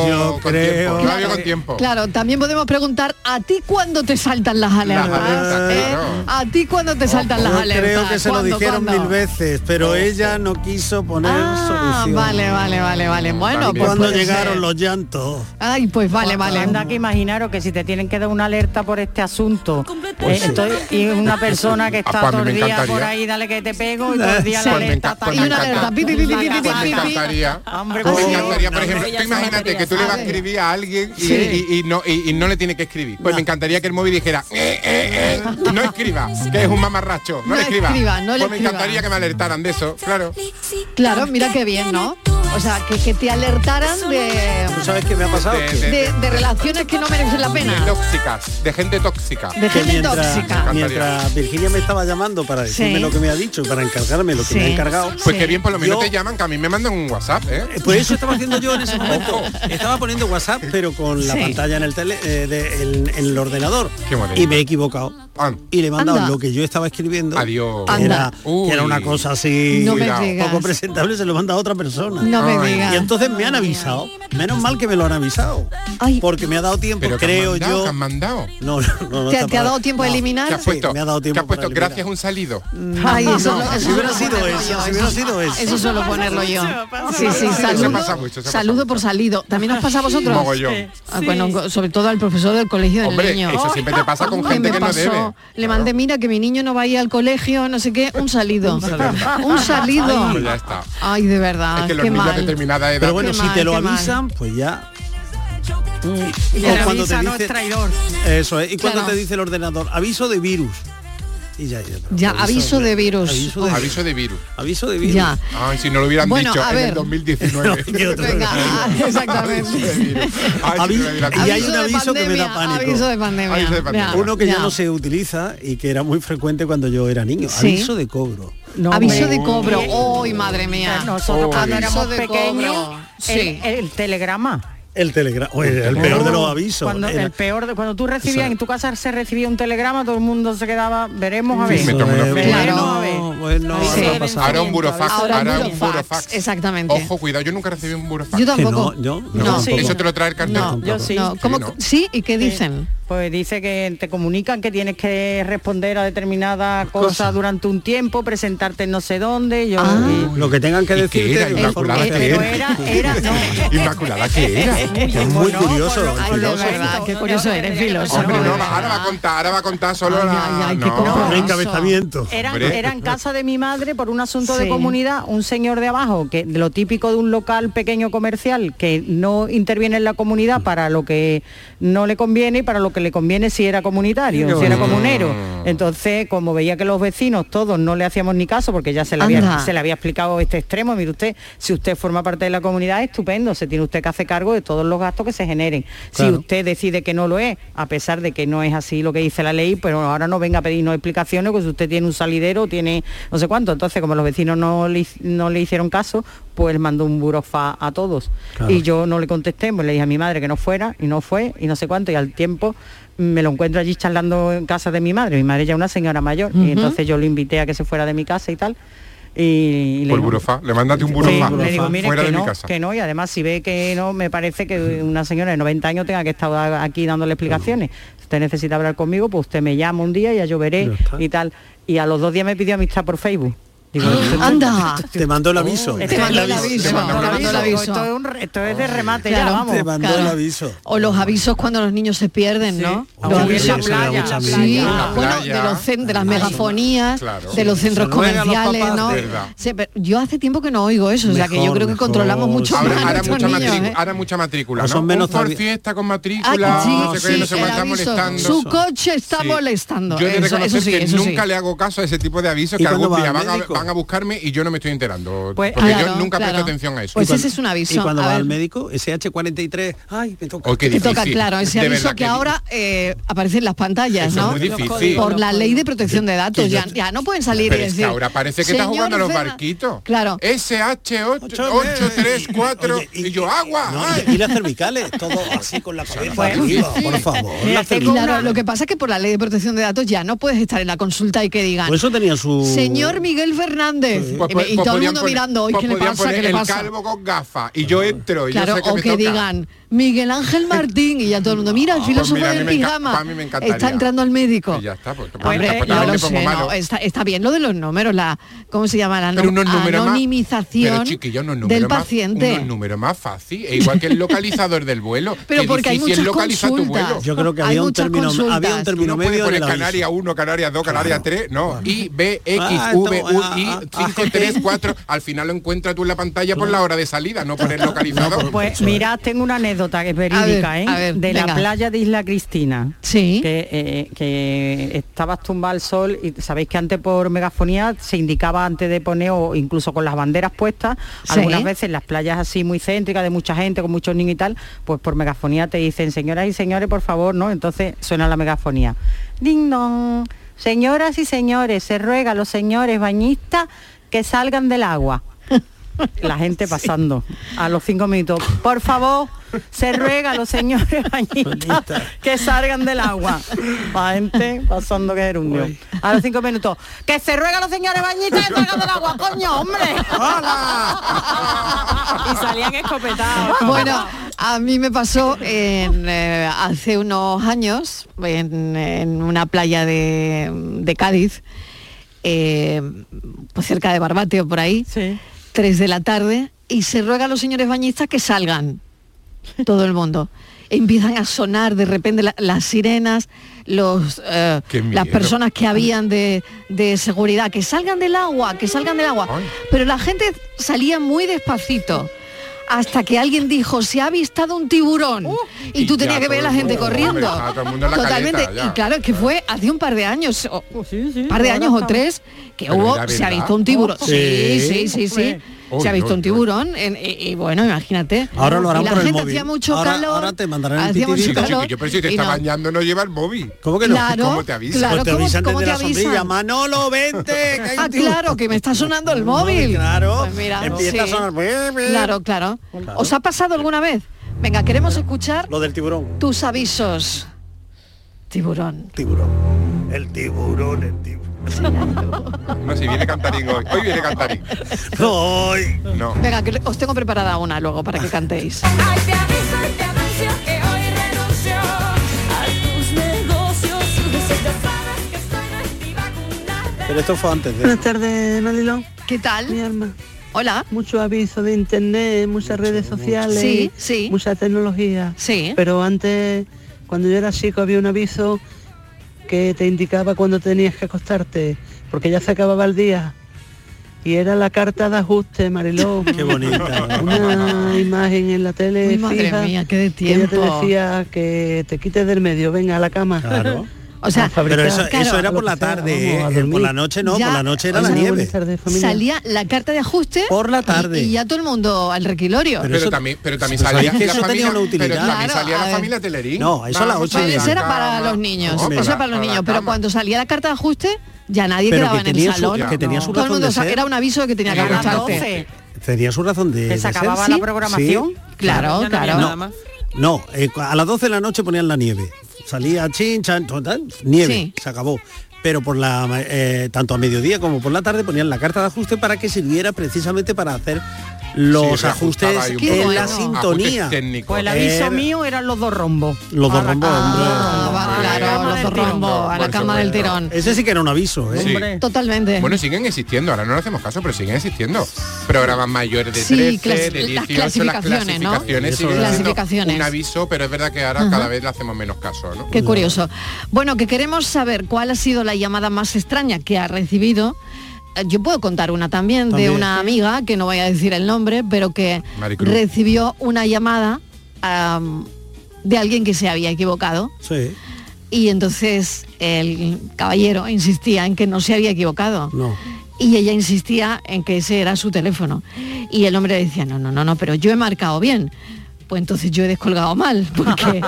Speaker 23: con tiempo. No la vio con tiempo.
Speaker 21: Claro, también podemos preguntar a ti cuándo te saltan las alertas.
Speaker 22: alertas,
Speaker 21: ¿eh?
Speaker 22: claro.
Speaker 21: A ti cuándo te saltan
Speaker 22: Oh, Yo
Speaker 21: las alertas.
Speaker 22: creo que se lo
Speaker 21: ¿Cuándo,
Speaker 22: dijeron
Speaker 21: cuándo?
Speaker 22: mil veces, pero ella no quiso poner
Speaker 21: Ah,
Speaker 22: solución.
Speaker 21: vale, vale, vale, vale. Bueno, pues
Speaker 22: cuando
Speaker 21: puede
Speaker 22: llegaron
Speaker 21: ser.
Speaker 22: los llantos.
Speaker 21: Ay, pues vale, vale.
Speaker 24: Anda que imaginaros que si te tienen que dar una alerta por este asunto
Speaker 22: Pues
Speaker 24: eh,
Speaker 22: sí.
Speaker 24: entonces, y una persona que
Speaker 22: Ah,
Speaker 24: está
Speaker 22: pues a mí
Speaker 24: todo
Speaker 22: me
Speaker 24: el día
Speaker 22: encantaría.
Speaker 24: por ahí, dale que te pego y todo el día la
Speaker 23: Pues me
Speaker 24: alerta
Speaker 23: enca- pues me encanta- pues me encantaría. Pues me encantaría, por ejemplo, tú imagínate que tú le vas a escribir a alguien y,
Speaker 24: Sí.
Speaker 23: y- y no, y- y no le tienes que escribir. Pues me encantaría que el móvil dijera, "Eh, eh, eh, no escriba, que es un mamarracho, no,
Speaker 21: No
Speaker 23: le escriba.
Speaker 21: escriba, no le
Speaker 23: pues me
Speaker 21: escriba.
Speaker 23: encantaría que me alertaran de eso, claro.
Speaker 21: Claro, mira qué bien, ¿no? O sea, que, que te alertaran de,
Speaker 22: ¿Tú sabes qué me ha pasado?
Speaker 23: De-
Speaker 22: Que-
Speaker 21: de- de relaciones que no merecen la
Speaker 23: De
Speaker 21: pena.
Speaker 23: tóxicas, de gente tóxica.
Speaker 21: De
Speaker 22: que
Speaker 21: gente
Speaker 22: mientras,
Speaker 21: tóxica.
Speaker 23: Me
Speaker 22: mientras Virginia me estaba llamando para decirme
Speaker 23: Sí.
Speaker 22: lo que me ha dicho, para encargarme lo que
Speaker 23: Sí.
Speaker 22: me ha encargado.
Speaker 23: Pues que bien, por lo menos
Speaker 22: yo-
Speaker 23: te llaman, que a mí me mandan un WhatsApp, ¿eh?
Speaker 22: Pues eso estaba haciendo yo en ese momento. Estaba poniendo WhatsApp, pero con la
Speaker 23: Sí.
Speaker 22: pantalla en el tele, eh, de- en, en el ordenador.
Speaker 23: Qué bonito.
Speaker 22: y me he equivocado. Y le he mandado
Speaker 23: Anda.
Speaker 22: lo que yo estaba escribiendo.
Speaker 23: Adiós.
Speaker 22: que Era,
Speaker 23: Anda.
Speaker 22: que era una cosa así
Speaker 23: No me Cuidado. digas.
Speaker 22: poco presentable, se lo manda a otra persona.
Speaker 21: No me Ay. digas.
Speaker 22: Y entonces me han avisado. Menos mal que me lo han avisado. Porque me ha dado tiempo,
Speaker 23: Pero que han
Speaker 22: creo
Speaker 23: mandado,
Speaker 22: yo.
Speaker 23: que han mandado?
Speaker 22: No, no, no, no
Speaker 21: ¿Te,
Speaker 22: está
Speaker 21: te ha dado
Speaker 22: para-
Speaker 21: tiempo a
Speaker 22: no.
Speaker 21: eliminar?
Speaker 23: ¿Qué has puesto?
Speaker 22: Me ha dado tiempo
Speaker 23: ¿Qué has puesto?
Speaker 22: para eliminar.
Speaker 23: Gracias un salido.
Speaker 21: Mm. Ay, eso,
Speaker 22: No,
Speaker 21: lo- eso
Speaker 22: si hubiera
Speaker 21: suelo
Speaker 22: sido
Speaker 21: ponerlo
Speaker 22: eso,
Speaker 21: yo,
Speaker 22: si hubiera sido eso.
Speaker 21: Eso suelo ponerlo yo. Sí, sí,
Speaker 22: mucho.
Speaker 21: saludo,
Speaker 22: Eso pasa mucho, eso pasa
Speaker 21: saludo por salido. ¿También os pasa a vosotros?
Speaker 23: Mogollón.
Speaker 21: Ah, bueno, go- sobre todo al profesor del colegio del
Speaker 23: Hombre,
Speaker 21: niño.
Speaker 23: eso siempre te pasa con
Speaker 21: Que
Speaker 23: gente
Speaker 21: me
Speaker 23: que no
Speaker 21: pasó.
Speaker 23: debe.
Speaker 21: Le mandé, mira, que mi niño no va a ir al colegio, no sé qué, un salido. un salido.
Speaker 23: Pues ya está.
Speaker 21: Ay, de verdad,
Speaker 23: Es que los
Speaker 21: qué
Speaker 23: niños de
Speaker 21: mal.
Speaker 23: determinada edad.
Speaker 22: Pero bueno,
Speaker 21: Qué
Speaker 22: si
Speaker 21: mal,
Speaker 22: te lo
Speaker 21: qué mal.
Speaker 22: avisan, pues ya.
Speaker 24: Y
Speaker 22: Y
Speaker 24: el avisa no es traidor.
Speaker 22: Eso es. Y cuando
Speaker 24: Claro.
Speaker 22: te dice el ordenador, aviso de virus. Y ya, ya,
Speaker 21: Ya, aviso de virus.
Speaker 23: Oh. Aviso de,
Speaker 21: Ay.
Speaker 23: virus.
Speaker 22: Aviso de
Speaker 21: virus. Ya.
Speaker 23: Ay, si no lo hubieran
Speaker 21: Bueno,
Speaker 23: dicho
Speaker 21: a
Speaker 23: en el
Speaker 21: ver.
Speaker 23: 2019.
Speaker 21: Venga, ah, exactamente.
Speaker 22: y hay un
Speaker 21: de
Speaker 22: aviso que me da
Speaker 21: pandemia,
Speaker 22: pánico.
Speaker 21: aviso de pandemia. Aviso de pandemia. Ya,
Speaker 22: Uno que ya.
Speaker 21: ya.
Speaker 22: no se utiliza y que era muy frecuente cuando yo era niño.
Speaker 21: Sí.
Speaker 22: Aviso de cobro.
Speaker 21: aviso
Speaker 22: hombre.
Speaker 21: de cobro.
Speaker 22: Bien.
Speaker 21: ¡Ay, madre mía!
Speaker 24: pues Nosotros cuando
Speaker 21: Aviso
Speaker 24: éramos
Speaker 21: de
Speaker 24: pequeños,
Speaker 21: cobro.
Speaker 24: el,
Speaker 21: Sí.
Speaker 24: el telegrama.
Speaker 22: El telegrama. el peor de los avisos.
Speaker 24: Cuando,
Speaker 22: Era-
Speaker 24: el peor de- cuando tú recibías,
Speaker 22: Eso.
Speaker 24: en tu casa se recibía un telegrama, todo el mundo se quedaba, veremos a ver.
Speaker 22: Sí, me tomo una
Speaker 24: Veremos
Speaker 22: fría.
Speaker 24: a ver.
Speaker 22: No, bueno,
Speaker 21: Sí.
Speaker 22: ahora ha pasado.
Speaker 23: Ahora un burofax,
Speaker 21: Ahora
Speaker 23: ahora,
Speaker 21: un
Speaker 23: un
Speaker 21: burofax,
Speaker 23: burofax.
Speaker 21: Exactamente.
Speaker 23: Ojo, cuidado, yo nunca recibí un burofax.
Speaker 21: Yo tampoco.
Speaker 22: yo
Speaker 21: no, No, tampoco.
Speaker 23: Eso te lo trae el cartel.
Speaker 21: No, yo sí. No, ¿cómo- sí, ¿y qué dicen?
Speaker 24: Pues dice que te comunican que tienes que responder a determinada cosa, durante un tiempo, presentarte en no sé dónde. Yo,
Speaker 21: Ah.
Speaker 24: y-
Speaker 22: Lo que tengan que
Speaker 23: ¿Y
Speaker 22: decir.
Speaker 23: qué era? ¿Inmaculada qué era? ¿Inmaculada qué era?
Speaker 22: Es muy curioso. el
Speaker 21: Ay, de
Speaker 22: filósofo.
Speaker 21: verdad, qué curioso eres, filósofo.
Speaker 23: Hombre, no,
Speaker 21: ¿eh?
Speaker 23: ahora va a contar, ahora va a contar solo la...
Speaker 22: ay, qué
Speaker 23: no.
Speaker 22: compromiso. encabezamiento.
Speaker 21: Eh,
Speaker 24: Era,
Speaker 23: Hombre.
Speaker 24: era en casa de mi madre por un asunto
Speaker 21: Sí.
Speaker 24: de comunidad, un señor de abajo, que lo típico de un local pequeño comercial, que no interviene en la comunidad para lo que no le conviene y para lo que le conviene si era comunitario,
Speaker 26: Qué
Speaker 24: si era
Speaker 26: bonito.
Speaker 24: comunero. Entonces, como veía que los vecinos todos no le hacíamos ni caso, porque ya se le, había,
Speaker 26: Anda.
Speaker 24: se le había explicado este extremo, mire usted, si usted forma parte de la comunidad, estupendo, se tiene usted que hacer cargo de todos los gastos que se generen. Si
Speaker 22: Claro.
Speaker 24: usted decide que no lo es, a pesar de que no es así lo que dice la ley, pero ahora no venga a pedirnos explicaciones, pues usted tiene un salidero, tiene no sé cuánto. Entonces, como los vecinos no le, hic- no le hicieron caso, pues mandó un burofa a todos.
Speaker 22: Claro.
Speaker 24: Y yo no le contesté, pues le dije a mi madre que no fuera, y no fue, y no sé cuánto, y al tiempo me lo encuentro allí charlando en casa de mi madre. Mi madre ya es una señora mayor,
Speaker 23: Ujú.
Speaker 24: y entonces yo lo invité a que se fuera de mi casa y tal. Y, y
Speaker 23: Por
Speaker 24: digo-
Speaker 23: burofax, le mandaste un
Speaker 24: Sí,
Speaker 23: burofax
Speaker 24: le digo, mire,
Speaker 23: fuera
Speaker 24: que
Speaker 23: de
Speaker 24: no,
Speaker 23: mi casa.
Speaker 24: que no, y además si ve que no, me parece que una señora de 90 años tenga que estar aquí dándole explicaciones. Si usted necesita hablar conmigo, pues usted me llama un día y ya yo veré y tal. Y a los dos días me pidió amistad por Facebook. Digo,
Speaker 21: Anda.
Speaker 22: Ah. Te mandó el aviso.
Speaker 24: Te mandó Oh, el aviso.
Speaker 21: Te mandó el
Speaker 24: Digo,
Speaker 21: aviso.
Speaker 24: digo, Esto es, un re- esto es de remate ya,
Speaker 21: Claro.
Speaker 24: vamos.
Speaker 22: Te mandó
Speaker 21: Claro.
Speaker 22: el aviso.
Speaker 21: O los avisos cuando los niños se pierden, ¿no? Los
Speaker 22: Oye,
Speaker 21: avisos.
Speaker 22: eso da mucha
Speaker 21: Sí, Ah,
Speaker 22: envidia.
Speaker 21: bueno, de, los cen- de las megafonías,
Speaker 22: Claro.
Speaker 21: de los centros
Speaker 22: Se ruega a los
Speaker 21: comerciales,
Speaker 22: papás,
Speaker 21: ¿no?
Speaker 22: verdad.
Speaker 21: Sí, pero yo hace tiempo que no oigo eso, o sea que yo
Speaker 22: Mejor,
Speaker 21: creo que
Speaker 22: mejor.
Speaker 21: controlamos mucho
Speaker 22: Ahora-
Speaker 21: más a
Speaker 22: ahora
Speaker 21: nuestros
Speaker 22: mucha
Speaker 21: niños,
Speaker 22: matrícula,
Speaker 21: ¿eh?
Speaker 23: Ahora mucha matrícula,
Speaker 22: O
Speaker 23: ¿no?
Speaker 22: son menos
Speaker 23: un Ford
Speaker 22: todavía.
Speaker 23: Fiesta con
Speaker 21: Ah,
Speaker 23: matrícula,
Speaker 21: sí,
Speaker 23: no sé qué,
Speaker 21: sí,
Speaker 23: no sé
Speaker 21: el
Speaker 23: cuánta
Speaker 21: aviso,
Speaker 23: molestando.
Speaker 21: Su coche está
Speaker 23: Sí.
Speaker 21: molestando.
Speaker 23: Yo he de
Speaker 21: eso,
Speaker 23: reconocer
Speaker 21: eso sí,
Speaker 23: que
Speaker 21: eso sí.
Speaker 23: nunca le hago caso a ese tipo de avisos
Speaker 22: ¿Y
Speaker 23: que
Speaker 22: cuando
Speaker 23: algún
Speaker 22: va
Speaker 23: día
Speaker 22: al
Speaker 23: van a,
Speaker 22: médico?
Speaker 23: van a buscarme y yo no me estoy enterando.
Speaker 21: Pues,
Speaker 23: porque
Speaker 21: claro,
Speaker 23: yo nunca
Speaker 21: claro.
Speaker 23: presto atención a eso.
Speaker 21: Pues ese es un aviso.
Speaker 22: Y cuando
Speaker 21: a
Speaker 22: va
Speaker 21: ver.
Speaker 22: al médico, SH43, ay, me toca.
Speaker 23: Oh, qué
Speaker 21: Te toca,
Speaker 23: difícil.
Speaker 21: claro, ese
Speaker 23: De
Speaker 21: aviso
Speaker 23: verdad
Speaker 21: que, ahora eh, aparece en las pantallas,
Speaker 23: Eso es
Speaker 21: ¿no?
Speaker 23: muy difícil.
Speaker 21: Por la ley de protección de datos, ya, ya no pueden salir
Speaker 23: Pero
Speaker 21: y
Speaker 23: es que
Speaker 21: decir,
Speaker 23: ahora parece que está
Speaker 21: "Señor
Speaker 23: jugando a los
Speaker 21: Fernan-".
Speaker 23: barquitos.
Speaker 21: Claro.
Speaker 22: Eh,
Speaker 23: SH834 y, yo agua. ay.
Speaker 22: Y las cervicales, todo así con la cabeza
Speaker 23: Bueno,
Speaker 22: arriba,
Speaker 23: sí.
Speaker 22: por favor.
Speaker 23: Mira,
Speaker 22: las
Speaker 23: tengo
Speaker 22: cervicales.
Speaker 21: Eh, Claro, lo que pasa es que por la ley de protección de datos ya no puedes estar en la consulta y que digan,
Speaker 22: Pues eso tenía su...
Speaker 21: señor Miguel Fernández,
Speaker 23: Pues,
Speaker 21: y,
Speaker 23: pues,
Speaker 21: y
Speaker 23: pues
Speaker 21: todo el
Speaker 23: podían
Speaker 21: mundo
Speaker 23: poner-
Speaker 21: mirando, "Ay,
Speaker 23: pues
Speaker 21: ¿qué le
Speaker 23: podían
Speaker 21: pasa?
Speaker 23: poner
Speaker 21: ¿Qué le
Speaker 23: el
Speaker 21: pasa?".
Speaker 23: calvo con gafas y yo entro y
Speaker 21: Claro,
Speaker 23: yo sé que
Speaker 21: o
Speaker 23: me
Speaker 21: que
Speaker 23: toca.
Speaker 21: digan Miguel Ángel Martín y ya todo el mundo, mira, el
Speaker 23: pues
Speaker 21: filósofo
Speaker 23: mira, a mí
Speaker 21: del
Speaker 23: me enca-
Speaker 21: pijama
Speaker 23: a mí me encantaría.
Speaker 21: está entrando al médico.
Speaker 23: Y ya está, pues, pues,
Speaker 21: Hombre,
Speaker 23: tampoco
Speaker 21: yo
Speaker 23: me
Speaker 21: lo
Speaker 23: pongo
Speaker 21: sé,
Speaker 23: malo.
Speaker 21: no, está, está bien lo de los números, la ¿cómo se llama? La no-
Speaker 23: Pero unos números más-
Speaker 21: anonimización
Speaker 23: pero, chiquillo, unos números
Speaker 21: del
Speaker 23: más-
Speaker 21: paciente.
Speaker 23: unos números más fácil, e igual que el localizador del vuelo.
Speaker 21: Pero
Speaker 23: que
Speaker 21: porque hay
Speaker 23: difícil
Speaker 21: muchas
Speaker 23: localiza tu
Speaker 21: consultas.
Speaker 23: vuelo.
Speaker 22: Yo creo que
Speaker 21: Hay
Speaker 22: había un
Speaker 21: muchas
Speaker 22: término, había un
Speaker 21: consultas.
Speaker 22: término
Speaker 23: No puedes
Speaker 22: medio de
Speaker 23: poner
Speaker 22: la
Speaker 23: Canarias 1, Canarias 2, Canarias 3, no. I, B, X,
Speaker 22: Ah,
Speaker 23: V,
Speaker 22: estamos-
Speaker 23: U,
Speaker 22: ah,
Speaker 23: I,
Speaker 22: ah,
Speaker 23: 5, 3, 4. Al final lo encuentras tú en la pantalla por la hora de salida, no poner localizador.
Speaker 24: Pues mirad, tengo una anécdota que es verídica,
Speaker 21: ver,
Speaker 24: ¿eh?
Speaker 21: a ver,
Speaker 24: de
Speaker 21: venga.
Speaker 24: la playa de Isla Cristina.
Speaker 21: Sí.
Speaker 24: Que, eh, que estabas tumbada al sol y sabéis que antes por megafonía se indicaba antes de poner o incluso con las banderas puestas,
Speaker 21: Sí.
Speaker 24: algunas veces en las playas así muy céntricas de mucha gente, con muchos niños y tal, pues por megafonía te dicen, señoras y señores, por favor, ¿no? Entonces suena la megafonía. Ding dong. Señoras y señores, se ruega a los señores bañistas que salgan del agua la gente pasando a los cinco minutos. Por favor, se ruega a los señores bañistas que salgan del agua. La gente pasando que gerundio. A los cinco minutos. Que se ruega a los señores bañistas que salgan del agua, coño, hombre. Y salían escopetados.
Speaker 21: Bueno, a mí me pasó en, eh, hace unos años en, en una playa de, de Cádiz, eh, pues cerca de Barbate o por ahí, tres de la tarde, y se ruega a los señores bañistas que salgan, todo el mundo. Empiezan a sonar de repente la- las sirenas, los, eh,
Speaker 27: Qué miedo.
Speaker 21: las personas que habían de, de seguridad, que salgan del agua, que salgan del agua. Pero la gente salía muy despacito. hasta que alguien dijo, se ha avistado un tiburón.
Speaker 23: Uh.
Speaker 21: y tú
Speaker 23: ya
Speaker 21: tenías que ver a
Speaker 23: todo
Speaker 21: la
Speaker 23: el
Speaker 21: gente
Speaker 23: mundo,
Speaker 21: corriendo.
Speaker 23: hombre, estaba todo el mundo en la
Speaker 21: Totalmente.
Speaker 23: caleta, ya.
Speaker 21: y claro, es que fue hace un par de años, o, un par de
Speaker 23: Pues ahora
Speaker 21: años o
Speaker 23: estamos.
Speaker 21: tres, que
Speaker 23: Pero
Speaker 21: hubo,
Speaker 23: era
Speaker 21: se
Speaker 23: verdad.
Speaker 21: avistó un tiburón.
Speaker 23: Oh,
Speaker 21: sí, sí,
Speaker 23: sí.
Speaker 21: sí, sí.
Speaker 22: Uy,
Speaker 21: se ha visto
Speaker 22: uy,
Speaker 21: un tiburón en- eh, y, y bueno, imagínate.
Speaker 22: Ahora lo harán
Speaker 21: y la
Speaker 22: por el
Speaker 21: gente
Speaker 22: móvil.
Speaker 21: hacía mucho
Speaker 22: Ahora-
Speaker 21: calor.
Speaker 22: ahora te mandarán el
Speaker 21: hacía mucho
Speaker 22: pitidito.
Speaker 23: Chico,
Speaker 21: calor.
Speaker 23: chico, pero si te
Speaker 21: y
Speaker 23: está
Speaker 21: no.
Speaker 23: bañando no lleva el móvil.
Speaker 22: ¿Cómo
Speaker 21: que no? Claro,
Speaker 23: ¿Cómo te avisa?
Speaker 21: claro, Pues te ¿cómo- avisan cómo desde te la avisan? sombrilla,
Speaker 22: Manolo, vente.
Speaker 21: Ah, claro, que me está sonando el móvil. Claro. Pues mira,
Speaker 22: Empieza a
Speaker 21: sí.
Speaker 22: sonar, pues, eh,
Speaker 21: Claro, claro. ¿Os ha pasado alguna vez? Venga, queremos escuchar
Speaker 22: Lo del tiburón.
Speaker 21: tus avisos. Tiburón.
Speaker 22: Tiburón. El tiburón, el tiburón.
Speaker 23: No, si viene cantarín hoy. Hoy viene cantarín.
Speaker 22: No, hoy.
Speaker 23: No.
Speaker 21: Venga, que le- os tengo preparada una luego para que cantéis.
Speaker 22: Pero esto fue antes de...
Speaker 26: Buenas tardes, Marilón.
Speaker 21: ¿Qué tal?
Speaker 26: Mi alma.
Speaker 21: Hola.
Speaker 26: Mucho aviso de internet, muchas redes sociales,
Speaker 21: Sí, sí.
Speaker 26: mucha tecnología.
Speaker 21: Sí.
Speaker 26: Pero antes, cuando yo era chico, había un aviso que te indicaba cuándo tenías que acostarte, porque ya se acababa el día. Y era la carta de ajuste, Marilón. Qué
Speaker 22: bonita.
Speaker 26: Una imagen en la tele
Speaker 21: Uy, madre
Speaker 26: fija
Speaker 21: mía, qué de
Speaker 26: que ya te
Speaker 21: tiempo.
Speaker 26: decía que te quites del medio, venga a la cama.
Speaker 22: Claro.
Speaker 21: O sea,
Speaker 22: Pero eso,
Speaker 21: claro,
Speaker 22: eso era por la tarde, ¿eh? por la noche no,
Speaker 21: Ya.
Speaker 22: por la noche era la
Speaker 21: Hola,
Speaker 22: nieve.
Speaker 26: buenas tardes, familia.
Speaker 21: salía la carta de ajuste por la
Speaker 22: tarde.
Speaker 21: y, y ya todo el mundo al requilorio.
Speaker 23: Ah, Pero, también, pero también
Speaker 22: Pues
Speaker 23: salía
Speaker 22: es que
Speaker 23: la
Speaker 22: eso tenía
Speaker 23: familia,
Speaker 22: una utilidad.
Speaker 23: Pero también
Speaker 21: Claro,
Speaker 23: salía
Speaker 21: a
Speaker 23: la
Speaker 21: ver.
Speaker 23: familia Telerín.
Speaker 22: No, a eso a las
Speaker 23: Vamos
Speaker 22: ocho de la
Speaker 21: Esa era para
Speaker 23: cama.
Speaker 21: los niños,
Speaker 23: No,
Speaker 21: eso
Speaker 23: Ah, para-
Speaker 21: era para los
Speaker 23: para la
Speaker 21: niños, pero
Speaker 23: cama.
Speaker 21: cuando salía la carta de ajuste ya nadie
Speaker 22: Pero
Speaker 21: quedaba
Speaker 22: que
Speaker 21: en el
Speaker 22: tenía su-
Speaker 21: salón.
Speaker 22: que tenía su
Speaker 21: todo el
Speaker 22: razón
Speaker 21: mundo
Speaker 22: de
Speaker 21: sa-
Speaker 22: ser.
Speaker 21: era un aviso de que tenía que
Speaker 22: Era
Speaker 21: acostarse.
Speaker 22: Tenía su razón de...
Speaker 24: Que se
Speaker 22: de ser,
Speaker 24: acababa la programación. Ya
Speaker 21: Claro,
Speaker 24: no había
Speaker 21: claro.
Speaker 24: nada más.
Speaker 22: No, eh, cu- a las 12 de la noche ponían la nieve. Salía chin, chan, ton, tan, nieve,
Speaker 21: Sí.
Speaker 22: se acabó. Pero por la ma- eh, tanto a mediodía como por la tarde ponían la carta de ajuste para que sirviera precisamente para hacer los
Speaker 23: Sí,
Speaker 22: ajustes
Speaker 23: reajustaba ahí un
Speaker 22: en
Speaker 23: poco.
Speaker 22: la
Speaker 23: Ajustes
Speaker 22: sintonía.
Speaker 23: técnicos.
Speaker 22: Pues
Speaker 24: El aviso mío eran los dos rombos. Ah,
Speaker 22: Los dos rombos,
Speaker 21: Claro, los dos rombos, a la cama del tirón.
Speaker 22: hombre. Ese sí que era un aviso, ¿eh?
Speaker 23: Sí.
Speaker 21: Totalmente.
Speaker 23: Bueno, siguen existiendo, ahora no le hacemos caso, pero siguen existiendo. Programas mayores de
Speaker 21: Sí,
Speaker 23: 13,
Speaker 21: clasi-
Speaker 23: de
Speaker 21: las
Speaker 23: 18,
Speaker 21: clasificaciones, ¿no?
Speaker 23: las clasificaciones, siguen
Speaker 21: Eso es.
Speaker 23: siendo
Speaker 21: Clasificaciones.
Speaker 23: Un aviso, pero es verdad que ahora
Speaker 21: Ajá.
Speaker 23: cada vez le hacemos menos caso, ¿no?
Speaker 21: Qué curioso. Bueno, que queremos saber cuál ha sido la llamada más extraña que ha recibido. Eh, Yo puedo contar una también,
Speaker 27: También.
Speaker 21: de una amiga, que no voy a decir el nombre, pero que
Speaker 27: Maricruz.
Speaker 21: recibió una llamada am, de alguien que se había equivocado.
Speaker 22: Sí.
Speaker 21: Y entonces el caballero insistía en que no se había equivocado.
Speaker 22: No.
Speaker 21: Y ella insistía en que ese era su teléfono. Y el hombre decía, no, no, no, no, pero yo he marcado bien. Pues entonces yo he descolgado mal, porque,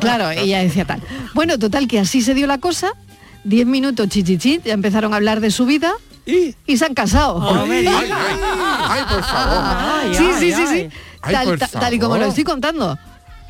Speaker 21: claro, ella decía tal. Bueno, total, que así se dio la cosa. Diez minutos chichichi, ya empezaron a hablar de su vida
Speaker 22: y,
Speaker 21: se han casado.
Speaker 23: Ay, por favor.
Speaker 24: ah,
Speaker 21: sí, sí, sí, sí.
Speaker 22: Ay,
Speaker 21: Tal,
Speaker 22: por
Speaker 21: ta- tal y como
Speaker 22: favor.
Speaker 21: lo estoy contando.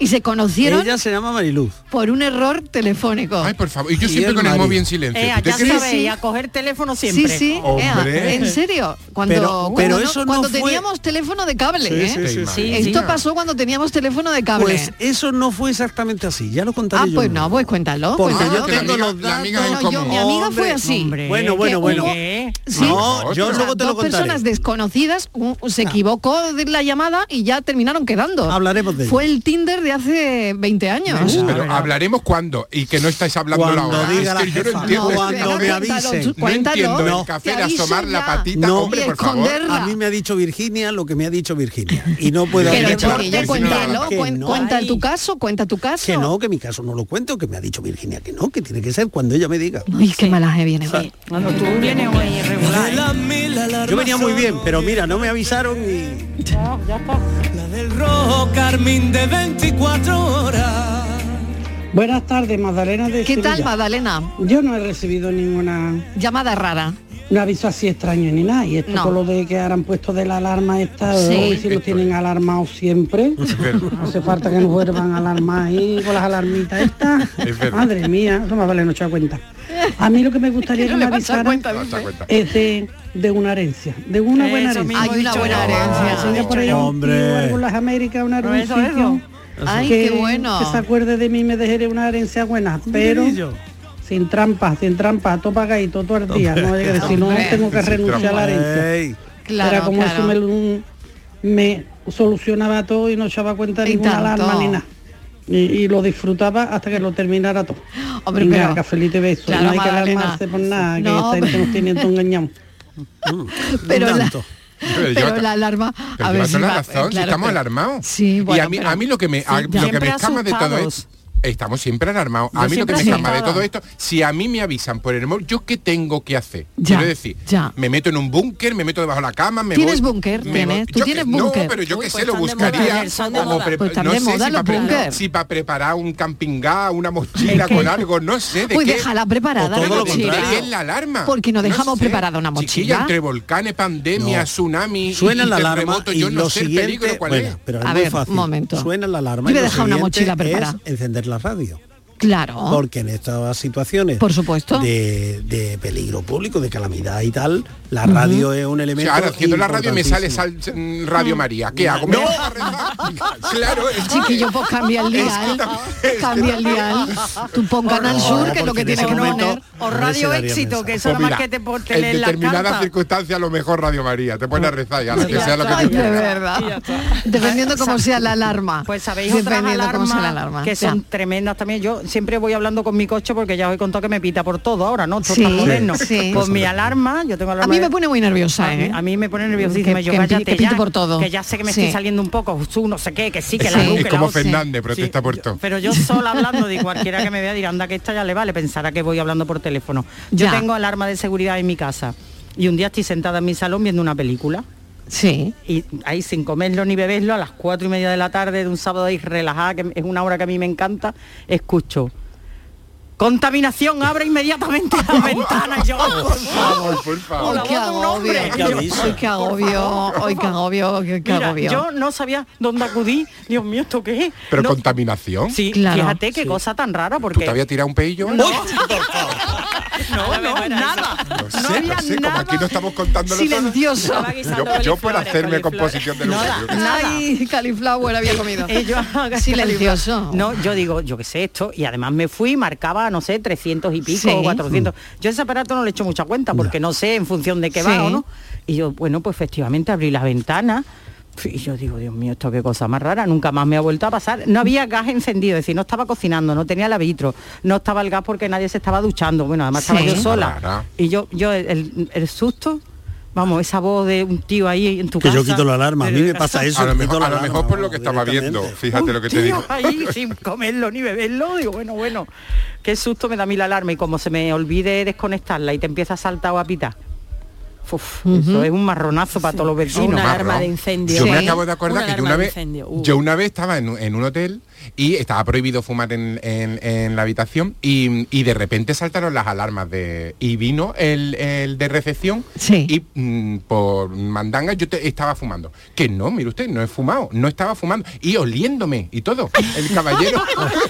Speaker 21: Y se conocieron
Speaker 22: Ella se llama Mariluz.
Speaker 21: por un error telefónico. Ay,
Speaker 23: por favor. Y yo siempre con el móvil en silencio.
Speaker 24: Eh,
Speaker 23: ¿Tú te
Speaker 24: ya
Speaker 23: crees?
Speaker 24: sabéis, a coger teléfono siempre.
Speaker 21: Sí, sí, ea, en serio. Cuando,
Speaker 24: Pero-
Speaker 21: cuando
Speaker 24: pero
Speaker 21: no-
Speaker 24: eso no
Speaker 21: cuando
Speaker 22: fue-
Speaker 21: teníamos teléfono de cable,
Speaker 22: Sí,
Speaker 21: ¿eh?
Speaker 22: sí, sí, sí.
Speaker 21: Esto
Speaker 22: Sí.
Speaker 21: pasó cuando teníamos teléfono de cable.
Speaker 22: Pues eso no fue exactamente así, ya lo contaré
Speaker 21: ah,
Speaker 22: yo.
Speaker 21: pues no, pues cuéntalo.
Speaker 22: Porque
Speaker 21: cuéntalo.
Speaker 22: yo tengo los datos.
Speaker 21: Bueno, yo- mi amiga fue así.
Speaker 22: Bueno,
Speaker 21: Que
Speaker 22: bueno, bueno.
Speaker 21: hubo- Sí.
Speaker 22: No, yo
Speaker 21: O sea,
Speaker 22: luego te lo
Speaker 21: dos personas
Speaker 22: contaré.
Speaker 21: desconocidas un- se equivocó de la llamada y ya terminaron quedando.
Speaker 22: Hablaremos de ello.
Speaker 21: Fue el Tinder de hace 20 años.
Speaker 23: Uh,
Speaker 22: ah.
Speaker 23: pero hablaremos cuando y que no estáis hablando
Speaker 22: Cuando
Speaker 23: ahora.
Speaker 22: diga la
Speaker 23: es que yo
Speaker 22: jefa.
Speaker 23: no entiendo.
Speaker 22: No, cuando me avisen.
Speaker 23: No entiendo
Speaker 22: No.
Speaker 23: el café de asomar la patita, hombre, por favor.
Speaker 22: A mí me ha dicho Virginia lo que me ha dicho Virginia. Y no puedo
Speaker 21: Pero
Speaker 22: echar
Speaker 21: porque ya
Speaker 22: por encima de
Speaker 21: cuéntalo,
Speaker 22: la mano. Que
Speaker 21: cuen-
Speaker 22: no,
Speaker 21: cuenta tu caso, cuenta tu caso.
Speaker 22: Que no, que mi caso no lo cuento, que me ha dicho Virginia que no, que tiene que ser cuando ella me diga.
Speaker 21: Uy, qué malaje viene. hoy.
Speaker 24: Cuando tú vienes hoy irregular.
Speaker 22: Yo venía muy bien, pero mira, no me avisaron y...
Speaker 26: La del rojo carmín de 24 horas. Buenas tardes, Magdalena de
Speaker 21: ¿Qué tal,
Speaker 26: Sevilla.
Speaker 21: Magdalena?
Speaker 26: Yo no he recibido ninguna
Speaker 21: llamada rara.
Speaker 26: No aviso así extraño ni nada. Y esto
Speaker 21: No.
Speaker 26: con lo de que han puesto de la alarma esta,
Speaker 21: Sí.
Speaker 26: hoy si lo tienen alarmado siempre. No hace falta que nos vuelvan a alarmar ahí con las alarmitas estas. Madre mía, eso más vale no se da cuenta. A mí lo que me gustaría que,
Speaker 21: No
Speaker 26: me
Speaker 21: le vas a
Speaker 26: avisaran
Speaker 21: dar cuenta, No se da cuenta.
Speaker 26: es de, de una herencia, de una buena
Speaker 21: Eso
Speaker 26: herencia.
Speaker 21: mismo Hay he una dicho buena yo. herencia.
Speaker 26: Ah, sería por ahí un
Speaker 22: Hombre.
Speaker 26: tío, algo en las Américas, una
Speaker 21: No,
Speaker 26: un
Speaker 21: eso,
Speaker 26: sitio
Speaker 21: eso. Ay,
Speaker 26: que-
Speaker 21: qué bueno.
Speaker 26: Que se acuerde de mí y me dejaré una herencia buena, pero
Speaker 22: dinerillo.
Speaker 26: sin trampas, sin trampas, todo pagadito, todo al día. No hay que decir, no
Speaker 22: Hombre.
Speaker 26: tengo que
Speaker 22: Sin
Speaker 26: renunciar a la
Speaker 22: trampas.
Speaker 26: herencia.
Speaker 22: Ey.
Speaker 26: Claro, Era como eso me, lo- me solucionaba todo y no echaba cuenta de
Speaker 21: Y
Speaker 26: ninguna
Speaker 21: tanto.
Speaker 26: alarma ni nada. Y, y lo disfrutaba hasta que lo terminara todo.
Speaker 21: Hombre,
Speaker 26: y nada,
Speaker 21: pero-
Speaker 26: cafelito y besos.
Speaker 21: Claro,
Speaker 26: no hay que
Speaker 21: Magdalena.
Speaker 26: alarmarse por nada, que
Speaker 22: Mm.
Speaker 21: No,
Speaker 26: esta gente nos tiene todo engañado.
Speaker 21: Pero la,
Speaker 23: Pero
Speaker 21: Pero
Speaker 23: yo-
Speaker 21: la alarma.
Speaker 23: Pero
Speaker 21: a
Speaker 23: lleva
Speaker 21: ver si
Speaker 23: toda la
Speaker 21: va-
Speaker 23: razón, si
Speaker 21: claro,
Speaker 23: estamos
Speaker 21: pero-
Speaker 23: alarmados.
Speaker 21: Sí,
Speaker 23: y
Speaker 21: bueno,
Speaker 23: a mí,
Speaker 21: pero-
Speaker 23: a mí lo que me, a-
Speaker 21: Sí.
Speaker 23: lo que
Speaker 21: Siempre
Speaker 23: me escama de todo
Speaker 21: asustados.
Speaker 23: esto... Estamos siempre alarmados.
Speaker 21: Yo
Speaker 23: a mí lo que
Speaker 21: siempre
Speaker 23: me escama de
Speaker 21: asustada.
Speaker 23: todo esto, si a mí me avisan por el móvil, ¿yo qué tengo que hacer?
Speaker 21: Ya,
Speaker 23: Quiero decir,
Speaker 21: ya.
Speaker 23: me meto en un búnker, me meto debajo de la cama, me
Speaker 21: ¿Tienes
Speaker 23: voy-
Speaker 21: búnker?
Speaker 23: me voy-
Speaker 21: ¿Tienes? ¿Tú
Speaker 23: yo que-
Speaker 21: tienes búnker?
Speaker 23: No, pero yo
Speaker 21: Uy,
Speaker 23: qué
Speaker 21: pues
Speaker 23: sé, lo
Speaker 21: están de
Speaker 23: buscaría.
Speaker 21: moda, son de
Speaker 23: como
Speaker 21: moda.
Speaker 23: pre-
Speaker 21: Pues están de
Speaker 23: no sé
Speaker 21: moda
Speaker 23: si
Speaker 21: los
Speaker 23: para pre-
Speaker 21: búnker.
Speaker 23: si para preparar un camping gas, una mochila
Speaker 21: Es que-
Speaker 23: con algo, no sé. ¿de
Speaker 21: Pues
Speaker 23: qué?
Speaker 21: déjala preparada la mochila.
Speaker 23: ¿De qué es la alarma?
Speaker 21: Porque nos dejamos
Speaker 23: sé.
Speaker 21: preparada una
Speaker 23: Chiquilla,
Speaker 21: mochila.
Speaker 23: entre volcanes, pandemia,
Speaker 22: No.
Speaker 23: tsunami,
Speaker 22: Suena
Speaker 23: y
Speaker 22: la alarma
Speaker 23: terremoto,
Speaker 22: y
Speaker 23: yo no
Speaker 22: lo
Speaker 23: sé el peligro
Speaker 22: siguiente,
Speaker 23: cuál
Speaker 22: bueno,
Speaker 23: es.
Speaker 22: pero es muy fácil. Suena la alarma
Speaker 21: Yo
Speaker 22: y
Speaker 21: he
Speaker 22: lo
Speaker 21: dejado una
Speaker 22: siguiente
Speaker 21: mochila preparada.
Speaker 22: es encender la radio.
Speaker 21: Claro.
Speaker 22: Porque en estas situaciones
Speaker 21: Por supuesto.
Speaker 22: De, de peligro público, de calamidad y tal, la radio es un
Speaker 23: O sea,
Speaker 22: elemento.
Speaker 23: ahora haciendo la radio me sale
Speaker 22: importantísimo.
Speaker 23: sal- mm, Radio María. ¿Qué hago? ¿Me
Speaker 22: No.
Speaker 23: voy a rezar? claro, es que-
Speaker 21: Chiquillo, pues cambia el
Speaker 23: Es que
Speaker 21: dial.
Speaker 23: también-
Speaker 21: Cambia el dial. Tú pon Canal Sur, que es lo que tiene que poner.
Speaker 24: O Radio Éxito, que eso
Speaker 23: Pues
Speaker 24: nada más
Speaker 23: mira,
Speaker 24: que te pon- te
Speaker 23: En
Speaker 24: leen la
Speaker 23: determinadas
Speaker 24: carta.
Speaker 23: circunstancias, a lo mejor Radio María. Te pones a rezar ya, lo que
Speaker 24: Ya
Speaker 23: sea lo que
Speaker 24: está,
Speaker 23: te
Speaker 24: ya
Speaker 23: toque.
Speaker 24: está.
Speaker 21: ¿Verdad? Dependiendo cómo sea la alarma.
Speaker 24: Pues sabéis otras
Speaker 21: Dependiendo cómo
Speaker 24: alarmas
Speaker 21: sea la alarma.
Speaker 24: que son tremendas también. Yo siempre voy hablando con mi coche porque ya os he contado que me pita por todo ahora, ¿no? Todo
Speaker 21: Sí,
Speaker 24: tan moderno.
Speaker 21: sí.
Speaker 24: Pues mi alarma, yo tengo
Speaker 21: A
Speaker 24: alarma.
Speaker 21: mí
Speaker 24: de-
Speaker 21: me pone muy nerviosa,
Speaker 24: A mí-
Speaker 21: ¿eh?
Speaker 24: a mí me pone nerviosísima.
Speaker 21: Que-
Speaker 24: yo
Speaker 21: que-
Speaker 24: cállate
Speaker 21: que pito
Speaker 24: ya,
Speaker 21: por todo.
Speaker 24: que ya sé que me
Speaker 21: Sí.
Speaker 24: estoy saliendo un poco, su no sé qué, que sí, que
Speaker 23: Es
Speaker 24: la luz,
Speaker 23: como-
Speaker 24: que
Speaker 23: es
Speaker 24: la
Speaker 23: como
Speaker 24: luz, sí.
Speaker 23: Fernández, protesta por todo.
Speaker 24: Pero yo sola hablando, digo, cualquiera que me vea dirá, anda, que esta ya le vale, pensará que voy hablando por teléfono. Yo
Speaker 21: Ya.
Speaker 24: tengo alarma de seguridad en mi casa y un día estoy sentada en mi salón viendo una película.
Speaker 21: Sí.
Speaker 24: Y ahí sin comerlo ni beberlo, a las cuatro y media de la tarde de un sábado ahí relajada, que es una hora que a mí me encanta, escucho. Contaminación, abre inmediatamente la ventana. Yo, por favor,
Speaker 23: por
Speaker 24: favor.
Speaker 21: Ay, qué agobio, ay, qué agobio, ay, qué agobio, qué- qué
Speaker 24: Mira,
Speaker 21: agobio.
Speaker 24: yo no sabía dónde acudí. Dios mío, ¿esto qué es?
Speaker 23: Pero
Speaker 24: No,
Speaker 23: contaminación.
Speaker 24: Sí, fíjate qué cosa tan rara,
Speaker 23: ¿Tú
Speaker 24: porque...
Speaker 23: te había tirado un peillo?
Speaker 24: No, no, no, nada.
Speaker 23: Pues No sé, no sé, como aquí no estamos contando los-
Speaker 21: Silencioso.
Speaker 23: Estaba guisando Yo, yo por hacerme composición de los
Speaker 21: Nada. Ay, Califlower había comido. Silencioso.
Speaker 24: No, yo digo, yo qué sé esto. Y además me fui, marcaba, no sé, 300 y pico,
Speaker 21: Sí.
Speaker 24: o 400. Yo ese aparato no le echo mucha cuenta porque no sé en función de qué
Speaker 21: Sí.
Speaker 24: va o no. Y yo, bueno, pues efectivamente abrí las ventanas. Y yo digo, Dios mío, esto qué cosa más rara, nunca más me ha vuelto a pasar. No había gas encendido, es decir, no estaba cocinando, no tenía la vitro, no estaba el gas porque nadie se estaba duchando. Bueno, además
Speaker 21: Sí.
Speaker 24: estaba yo sola.
Speaker 22: Rara.
Speaker 24: Y yo, yo el, el- el susto, vamos, esa voz de un tío ahí en tu
Speaker 22: Que
Speaker 24: casa.
Speaker 22: yo quito la alarma, a mí me pasa eso.
Speaker 23: A lo
Speaker 22: quito
Speaker 23: mejor,
Speaker 22: la
Speaker 23: a lo
Speaker 22: alarma,
Speaker 23: mejor por lo que estaba viendo, fíjate lo que te
Speaker 24: Tío,
Speaker 23: digo.
Speaker 24: ahí sin comerlo ni beberlo, digo, bueno, bueno, qué susto me da a mí la alarma y como se me olvide desconectarla y te empieza a saltar o a pitar. Uf, Eso es un marronazo para todos los vecinos.
Speaker 23: Marrón. Yo me acabo de acordar que yo una vez,
Speaker 27: Uh.
Speaker 23: yo una vez estaba en, un- en un hotel y estaba prohibido fumar en, en- en la habitación y, y de repente saltaron las alarmas de y vino el, el de recepción y mm, por mandanga yo te- estaba fumando. Que no, mire usted, no he fumado, no estaba fumando y oliéndome y todo. El caballero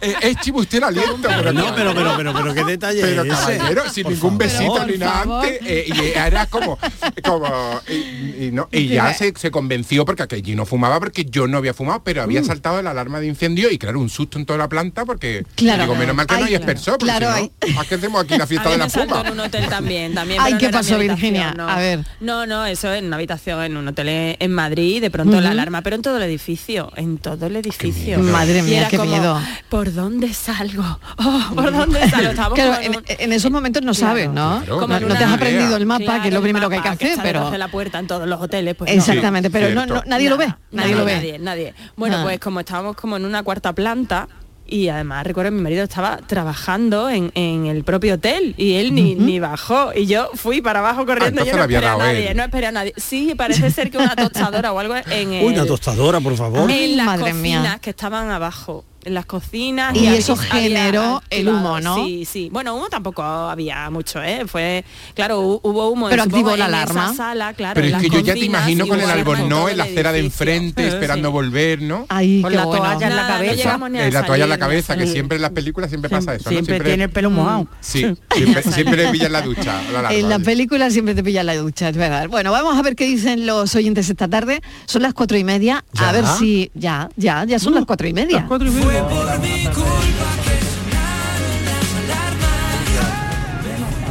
Speaker 23: Eh, es chivo usted el aliento, pero
Speaker 22: No, pero, pero, pero, pero, qué detalle
Speaker 23: Pero
Speaker 22: es ese?
Speaker 23: caballero, sin
Speaker 22: Por
Speaker 23: ningún
Speaker 22: favor.
Speaker 23: besito ni nada
Speaker 22: Por favor.
Speaker 23: antes, eh, y era como, como y, y no, y ya se, se convenció porque aquello no fumaba porque yo no había fumado, pero había saltado la alarma de incendio y claro, un susto en toda la planta porque
Speaker 21: Claro.
Speaker 23: digo, menos mal que no
Speaker 21: Ay,
Speaker 23: hay
Speaker 21: claro.
Speaker 23: aspersor, porque
Speaker 21: Claro,
Speaker 23: si no, ¿a qué hacemos aquí la fiesta
Speaker 27: a
Speaker 23: de
Speaker 27: mí
Speaker 23: la
Speaker 27: me saltó
Speaker 23: fuma?
Speaker 27: en un hotel también, también. pero
Speaker 21: Ay,
Speaker 27: no
Speaker 21: ¿qué
Speaker 27: era mi
Speaker 21: pasó,
Speaker 27: habitación,
Speaker 21: Virginia?
Speaker 27: no.
Speaker 21: A ver.
Speaker 27: No, no, eso en una habitación, en un hotel en en Madrid, de pronto la
Speaker 21: Ujú.
Speaker 27: alarma, pero en todo el edificio, en todo el edificio.
Speaker 21: miedo. Madre
Speaker 27: Y
Speaker 21: mía,
Speaker 27: era
Speaker 21: qué
Speaker 27: como,
Speaker 21: miedo.
Speaker 27: ¿Por dónde salgo? Oh, ¿Por dónde salgo? Estábamos
Speaker 21: Claro,
Speaker 27: con
Speaker 21: en,
Speaker 27: un-
Speaker 21: en esos momentos no sabes, ¿no?
Speaker 27: Claro,
Speaker 21: no,
Speaker 27: como en
Speaker 21: no te
Speaker 27: una-
Speaker 21: has aprendido el mapa,
Speaker 27: Claro,
Speaker 21: que es lo
Speaker 27: el
Speaker 21: primero que hay que
Speaker 27: mapa
Speaker 21: hacer,
Speaker 27: está detrás
Speaker 21: pero...
Speaker 27: de la puerta en todos los hoteles, pues no.
Speaker 21: Exactamente, pero no, no- nadie lo ve,
Speaker 27: Nada,
Speaker 21: nadie lo ve.
Speaker 27: Nadie, nadie. Bueno,
Speaker 21: Ah.
Speaker 27: pues como estábamos como en una cuarta planta y además recuerdo que mi marido estaba trabajando en, en el propio hotel y él ni, ni bajó y yo fui para
Speaker 21: Ah,
Speaker 27: abajo corriendo yo
Speaker 22: entonces lo
Speaker 27: no
Speaker 22: había
Speaker 27: esperé a
Speaker 22: dado
Speaker 27: nadie,
Speaker 22: él.
Speaker 27: no esperé a nadie. Sí, parece ser que una tostadora o algo en el,
Speaker 22: Uy,
Speaker 21: Eh,
Speaker 22: una tostadora, por favor.
Speaker 27: en las
Speaker 21: Madre mía.
Speaker 27: cocinas que estaban abajo. En las cocinas.
Speaker 21: Y
Speaker 27: había-
Speaker 21: eso generó el
Speaker 27: activado,
Speaker 21: humo, ¿no?
Speaker 27: Sí, sí. Bueno, humo tampoco había mucho, ¿eh? Fue, claro, hu- hubo humo
Speaker 21: Pero
Speaker 27: en,
Speaker 21: activó
Speaker 27: supongo,
Speaker 21: la
Speaker 27: en esa
Speaker 21: alarma.
Speaker 27: sala, claro. en
Speaker 23: Pero es
Speaker 27: las
Speaker 23: que yo ya te
Speaker 27: cocinas,
Speaker 23: imagino
Speaker 27: y
Speaker 23: con el
Speaker 27: hubo alarma en
Speaker 23: albornoz
Speaker 27: todo
Speaker 23: en la
Speaker 27: el
Speaker 23: acera de
Speaker 27: edificio.
Speaker 23: enfrente,
Speaker 27: Sí.
Speaker 23: esperando volver, ¿no?
Speaker 21: Ay,
Speaker 24: Con qué la bueno. toalla en la
Speaker 27: Nada, no
Speaker 24: cabeza.
Speaker 27: llegamos ni a
Speaker 23: Eh, la toalla en la
Speaker 27: salir, ni a
Speaker 23: cabeza, que
Speaker 27: salir.
Speaker 23: siempre en las películas siempre pasa eso. ¿no?
Speaker 24: siempre tiene el pelo mojado.
Speaker 23: Sí, siempre, siempre le pilla en la ducha. la alarma.
Speaker 21: En la película siempre te pilla la ducha, es verdad. Bueno, vamos a ver qué dicen los oyentes esta tarde. Son las cuatro y media.
Speaker 22: Ya.
Speaker 21: A ver si ya, ya, ya son las cuatro y media.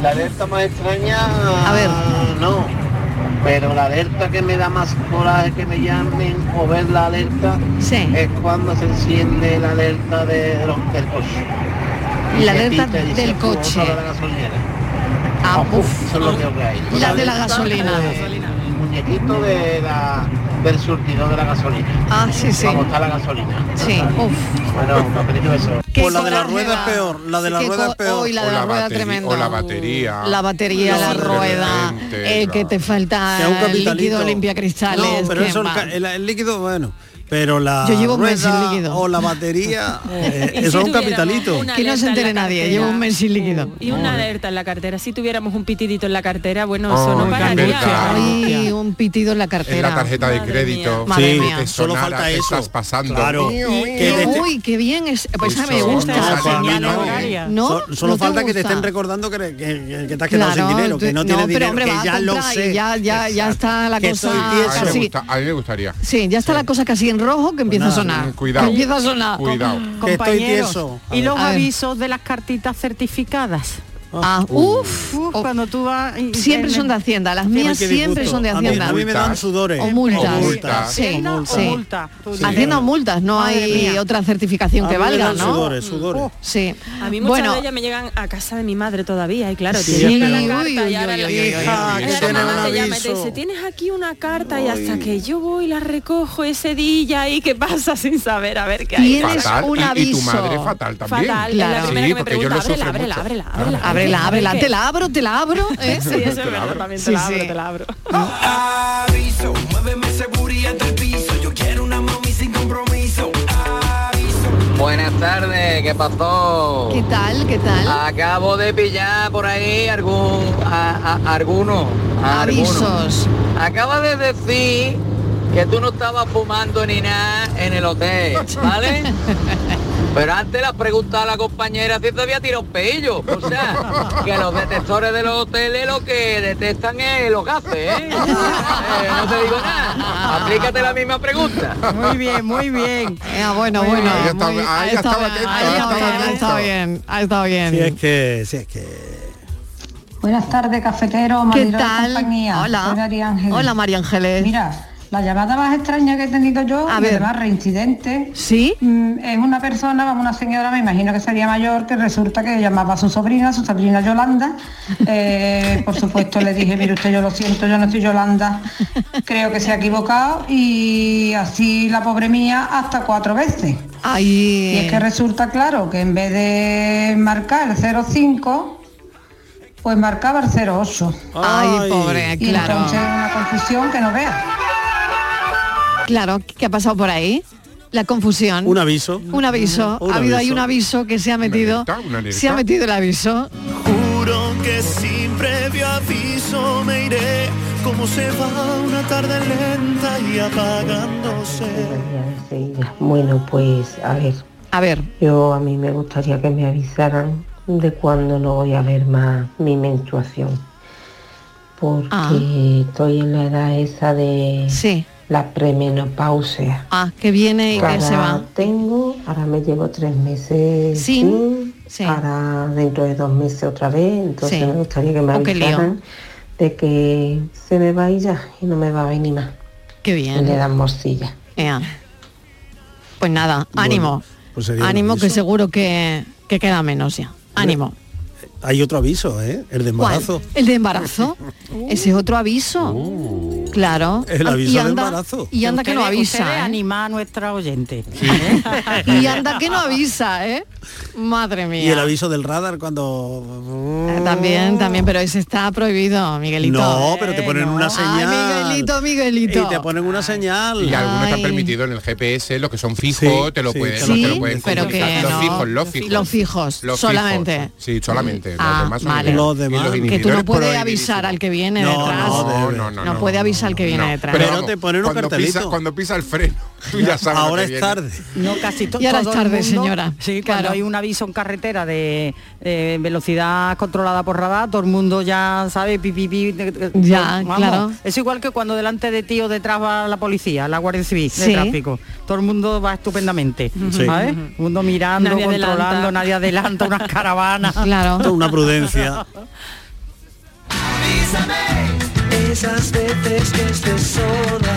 Speaker 19: La alerta más extraña. A ver. No. Pero la alerta que me da más coraje que me llamen o ver la alerta es cuando se enciende la alerta de los- del coche.
Speaker 21: La
Speaker 19: se
Speaker 21: alerta
Speaker 19: pita y se
Speaker 21: del
Speaker 19: pulsa
Speaker 21: coche.
Speaker 19: la de la gasolinera.
Speaker 21: Ah,
Speaker 19: Ah, puf, eso es lo que hay.
Speaker 21: La de la gasolina.
Speaker 28: muñequito de la, del surtidor de la gasolina.
Speaker 21: Ah, sí, sí.
Speaker 28: Como está la gasolina.
Speaker 21: Sí, uf.
Speaker 28: Bueno, un papelito de eso.
Speaker 21: Qué
Speaker 28: Por la de la
Speaker 21: coraje
Speaker 28: rueda
Speaker 21: da.
Speaker 28: es peor, la de la
Speaker 21: Qué
Speaker 28: rueda
Speaker 21: co-
Speaker 28: es peor.
Speaker 21: uy, la de
Speaker 23: O
Speaker 21: la,
Speaker 23: la
Speaker 21: rueda
Speaker 23: bateri-
Speaker 21: tremenda.
Speaker 23: o la batería.
Speaker 21: La batería, la
Speaker 23: De
Speaker 21: rueda,
Speaker 23: repente,
Speaker 21: el que te falta
Speaker 22: Que a un
Speaker 21: Ah, el
Speaker 22: capitalito.
Speaker 21: líquido limpia cristales.
Speaker 22: No, pero
Speaker 21: qué
Speaker 22: eso, el,
Speaker 21: mal.
Speaker 22: ca- el- el líquido, bueno. Pero la
Speaker 21: Yo llevo un mes sin
Speaker 22: rueda
Speaker 21: líquido.
Speaker 22: o la batería, eh,
Speaker 27: ¿Y si
Speaker 22: eso es un
Speaker 27: tuviéramos
Speaker 22: capitalito.
Speaker 27: una
Speaker 21: Que no
Speaker 27: alerta
Speaker 21: se
Speaker 27: en
Speaker 21: entere
Speaker 27: la
Speaker 21: nadie,
Speaker 27: cartera?
Speaker 21: llevo un mes sin líquido.
Speaker 27: Y una alerta en la cartera. Si tuviéramos un pitidito en la cartera, bueno, eso no pararía.
Speaker 21: Ay, un pitido en la
Speaker 23: en la
Speaker 21: cartera.
Speaker 23: tarjeta de crédito.
Speaker 21: mía. Madre mía.
Speaker 23: te
Speaker 22: Solo
Speaker 23: sonara,
Speaker 22: falta
Speaker 23: te
Speaker 22: eso.
Speaker 23: estás pasando.
Speaker 22: Claro.
Speaker 21: Uy, qué bien es. Pues esa me
Speaker 22: Eso,
Speaker 21: gusta.
Speaker 22: no, para mí no, eh.
Speaker 21: ¿No?
Speaker 22: So- solo
Speaker 21: ¿No te
Speaker 22: falta que te
Speaker 21: gusta?
Speaker 22: estén recordando que, que- que- Ah, que te has quedado
Speaker 21: Claro,
Speaker 22: sin dinero, que
Speaker 21: tú-
Speaker 22: no tienes dinero,
Speaker 21: hombre, va,
Speaker 22: que ya lo
Speaker 21: compra y
Speaker 22: sé.
Speaker 21: Ya, ya, ya está la
Speaker 22: Que estoy
Speaker 21: cosa
Speaker 23: a, mí me
Speaker 21: casi.
Speaker 23: gusta- a mí me gustaría.
Speaker 21: Sí, ya está la cosa casi en rojo
Speaker 22: Pues
Speaker 21: que empieza a
Speaker 23: nada,
Speaker 21: sonar.
Speaker 23: cuidado,
Speaker 21: Que empieza a sonar.
Speaker 23: cuidado.
Speaker 22: eh, Que estoy
Speaker 24: compañeros.
Speaker 22: tieso.
Speaker 24: Y los
Speaker 21: A ver.
Speaker 24: avisos de las cartitas certificadas.
Speaker 21: Ah, uf,
Speaker 24: Uf, cuando tú vas y-
Speaker 21: Siempre
Speaker 24: en-
Speaker 21: son de Hacienda, las mías
Speaker 22: Ay, qué
Speaker 21: siempre
Speaker 22: disgusto.
Speaker 21: son de
Speaker 22: A mí-
Speaker 21: Hacienda.
Speaker 22: A mí me dan sudores.
Speaker 21: O multas. Sí,
Speaker 24: Hacienda o
Speaker 21: sí.
Speaker 24: multa. Tú dices.
Speaker 21: Hacienda o multas, no
Speaker 24: Madre
Speaker 21: hay
Speaker 24: mía.
Speaker 21: otra certificación
Speaker 22: A
Speaker 21: que
Speaker 22: mí me
Speaker 21: valga,
Speaker 22: dan
Speaker 21: ¿no?
Speaker 22: sudores, sudores.
Speaker 21: Sí.
Speaker 27: A mí muchas
Speaker 21: bueno,
Speaker 27: de ellas me llegan a casa de mi madre todavía y claro,
Speaker 21: Sí,
Speaker 27: te llega la
Speaker 21: uy,
Speaker 27: carta
Speaker 21: uy,
Speaker 27: y ahora
Speaker 21: uy,
Speaker 27: la-
Speaker 21: uy, uy, uy,
Speaker 22: Hija,
Speaker 27: y
Speaker 22: que
Speaker 27: ahora
Speaker 22: tiene
Speaker 27: la
Speaker 22: un
Speaker 27: mamá te llama y te
Speaker 22: aviso.
Speaker 27: dice, tienes aquí una carta y hasta que yo voy y la recojo ese día y qué pasa sin saber a ver qué hay.
Speaker 21: Tienes
Speaker 23: Fatal,
Speaker 21: un
Speaker 23: y- Y, tu
Speaker 21: aviso.
Speaker 23: madre fatal también.
Speaker 27: Fatal, es la primera
Speaker 21: Claro.
Speaker 23: Sí,
Speaker 27: que me
Speaker 23: porque yo lo
Speaker 27: pregunta, ábrela,
Speaker 23: sufro
Speaker 27: ábrela,
Speaker 23: mucho.
Speaker 27: ábrela,
Speaker 23: Claro.
Speaker 27: ábrela.
Speaker 21: ábrela, ábrela,
Speaker 27: ¿Qué?
Speaker 21: te la abro, te la abro. ¿eh?
Speaker 27: Sí, eso es
Speaker 23: Te la
Speaker 27: verdad,
Speaker 23: abro.
Speaker 27: también te
Speaker 21: Sí,
Speaker 27: la
Speaker 21: sí.
Speaker 27: abro, te la abro.
Speaker 29: Aviso, muéveme ese booty hasta el piso. Yo quiero una mami sin compromiso.
Speaker 30: Buenas tardes, ¿qué pasó?
Speaker 21: ¿Qué tal? ¿Qué tal?
Speaker 30: Acabo de pillar por ahí algún, a, a- alguno, a alguno.
Speaker 21: Avisos.
Speaker 30: Acaba de decir que tú no estabas fumando ni nada en el hotel, ¿vale? Pero antes le has preguntado a la compañera si te había tirado un pello. O sea, que los detectores de los hoteles lo que detectan es los gases, ¿eh? Eh, No te digo nada. Aplícate la misma pregunta.
Speaker 24: Muy bien, muy bien.
Speaker 21: Ah, bueno,
Speaker 23: Muy
Speaker 21: bueno.
Speaker 23: bien. Ahí está-
Speaker 21: muy-
Speaker 23: ahí
Speaker 21: ha
Speaker 23: estaba
Speaker 21: estado bien,
Speaker 23: atento,
Speaker 21: ha
Speaker 23: ahí
Speaker 21: estado
Speaker 23: estaba
Speaker 21: bien, ha estado bien, ha estado bien.
Speaker 22: Si es que, si es que.
Speaker 31: Buenas tardes, cafetero,
Speaker 21: ¿Qué
Speaker 31: Mariló de
Speaker 21: tal?
Speaker 31: compañía. Soy
Speaker 21: Hola.
Speaker 31: María Ángeles.
Speaker 21: Hola, María Ángeles.
Speaker 31: Mira, la llamada más extraña que he tenido yo,
Speaker 21: A
Speaker 31: y
Speaker 21: ver.
Speaker 31: además reincidente,
Speaker 21: ¿Sí?
Speaker 31: mm, es una persona, vamos, una señora, me imagino que sería mayor, que resulta que llamaba a su sobrina, su sobrina Yolanda. Eh, por supuesto le dije, mire usted, yo lo siento, yo no soy Yolanda, creo que se ha equivocado y así la pobre mía hasta cuatro veces.
Speaker 21: Ay.
Speaker 31: Y es que resulta claro que en vez de marcar el 05, pues marcaba el 08.
Speaker 21: Ay, pobre,
Speaker 31: Y
Speaker 28: claro.
Speaker 31: entonces una confusión que no vea.
Speaker 21: Claro, ¿qué ha pasado por ahí? La confusión.
Speaker 22: Un aviso.
Speaker 21: Un aviso.
Speaker 22: Un
Speaker 21: ha habido ahí
Speaker 22: aviso.
Speaker 21: un aviso que se ha metido.
Speaker 22: alerta, una alerta.
Speaker 21: Se ha metido el aviso.
Speaker 19: Juro que sin previo aviso me iré como se va una tarde lenta y apagándose.
Speaker 3: Bueno, pues a ver.
Speaker 21: A ver.
Speaker 3: Yo a mí me gustaría que me avisaran de cuándo no voy a ver más mi menstruación. Porque
Speaker 21: Ah.
Speaker 3: estoy en la edad esa de la premenopausia.
Speaker 21: Ah, que viene y que se va.
Speaker 3: tengo, ahora me llevo tres meses sin, ahora dentro de dos meses otra vez, entonces
Speaker 21: Sí.
Speaker 3: me gustaría que me
Speaker 21: Oh, qué lío.
Speaker 3: avisaran de que se me va y ya, y no me va a venir más.
Speaker 21: Qué
Speaker 3: Y
Speaker 21: bien.
Speaker 3: le dan morcilla.
Speaker 21: Ea. Pues nada, ánimo.
Speaker 22: pues sería un
Speaker 21: ánimo que
Speaker 22: aviso.
Speaker 21: seguro que, que queda menos ya. Ánimo.
Speaker 22: Hay otro aviso, ¿eh? El de
Speaker 21: ¿Cuál?
Speaker 22: embarazo.
Speaker 21: El de embarazo. Ese es otro aviso. Claro.
Speaker 22: Uh. El
Speaker 21: Ah,
Speaker 22: aviso
Speaker 21: y
Speaker 22: de
Speaker 21: anda,
Speaker 22: embarazo.
Speaker 21: Y anda que no
Speaker 24: Ustedes-
Speaker 21: avisa.
Speaker 24: ustedes
Speaker 21: ¿eh?
Speaker 24: anima a nuestra oyente.
Speaker 21: Y anda que no avisa, ¿eh? Madre mía.
Speaker 22: Y el aviso del radar cuando...
Speaker 21: Ah, También, también, pero ese está prohibido, Miguelito. eh,
Speaker 22: No, pero te ponen una señal.
Speaker 21: Miguelito, Miguelito.
Speaker 22: Y te ponen una señal.
Speaker 23: Y algunos
Speaker 21: Ay.
Speaker 23: están permitidos en el GPS, los que son fijos, te lo
Speaker 22: sí,
Speaker 23: pueden,
Speaker 22: te lo
Speaker 23: te lo
Speaker 22: Sí,
Speaker 23: pueden
Speaker 21: pero
Speaker 23: comunicar.
Speaker 21: que
Speaker 23: los
Speaker 21: no.
Speaker 23: fijos, los fijos.
Speaker 21: Los fijos,
Speaker 23: Los
Speaker 21: solamente.
Speaker 23: fijos. Sí, solamente. Los
Speaker 21: Ah,
Speaker 23: demás son
Speaker 21: vale.
Speaker 23: libres.
Speaker 22: Los
Speaker 23: Y
Speaker 22: demás.
Speaker 21: Que tú no
Speaker 23: inhibidores
Speaker 21: puedes
Speaker 23: prohibidos.
Speaker 21: avisar al que viene
Speaker 23: No,
Speaker 21: detrás.
Speaker 23: no,
Speaker 21: No,
Speaker 23: no, no, no,
Speaker 21: puede avisar al que viene detrás.
Speaker 23: vamos, cuando Pisa, cuando pisa el freno, tú ya sabes.
Speaker 22: Ahora
Speaker 23: lo que
Speaker 22: es
Speaker 23: viene.
Speaker 22: tarde.
Speaker 24: No, casi to-
Speaker 21: Y ahora
Speaker 24: todo
Speaker 21: es tarde,
Speaker 24: el mundo-
Speaker 21: señora.
Speaker 24: Sí, cuando hay un aviso en carretera de eh, velocidad controlada por radar, todo el mundo ya sabe, pi, pi, pi, de- de-
Speaker 21: Ya,
Speaker 24: vamos.
Speaker 21: claro.
Speaker 24: Es igual que cuando delante de ti o detrás va la policía, la Guardia Civil
Speaker 21: Sí.
Speaker 24: de tráfico. Todo el mundo va estupendamente,
Speaker 22: Sí.
Speaker 24: ¿sabes? El mundo mirando,
Speaker 27: Nadie
Speaker 24: controlando,
Speaker 27: adelanta.
Speaker 24: nadie adelanta, unas caravanas.
Speaker 22: Con Una prudencia.
Speaker 29: Esas veces que estés sola.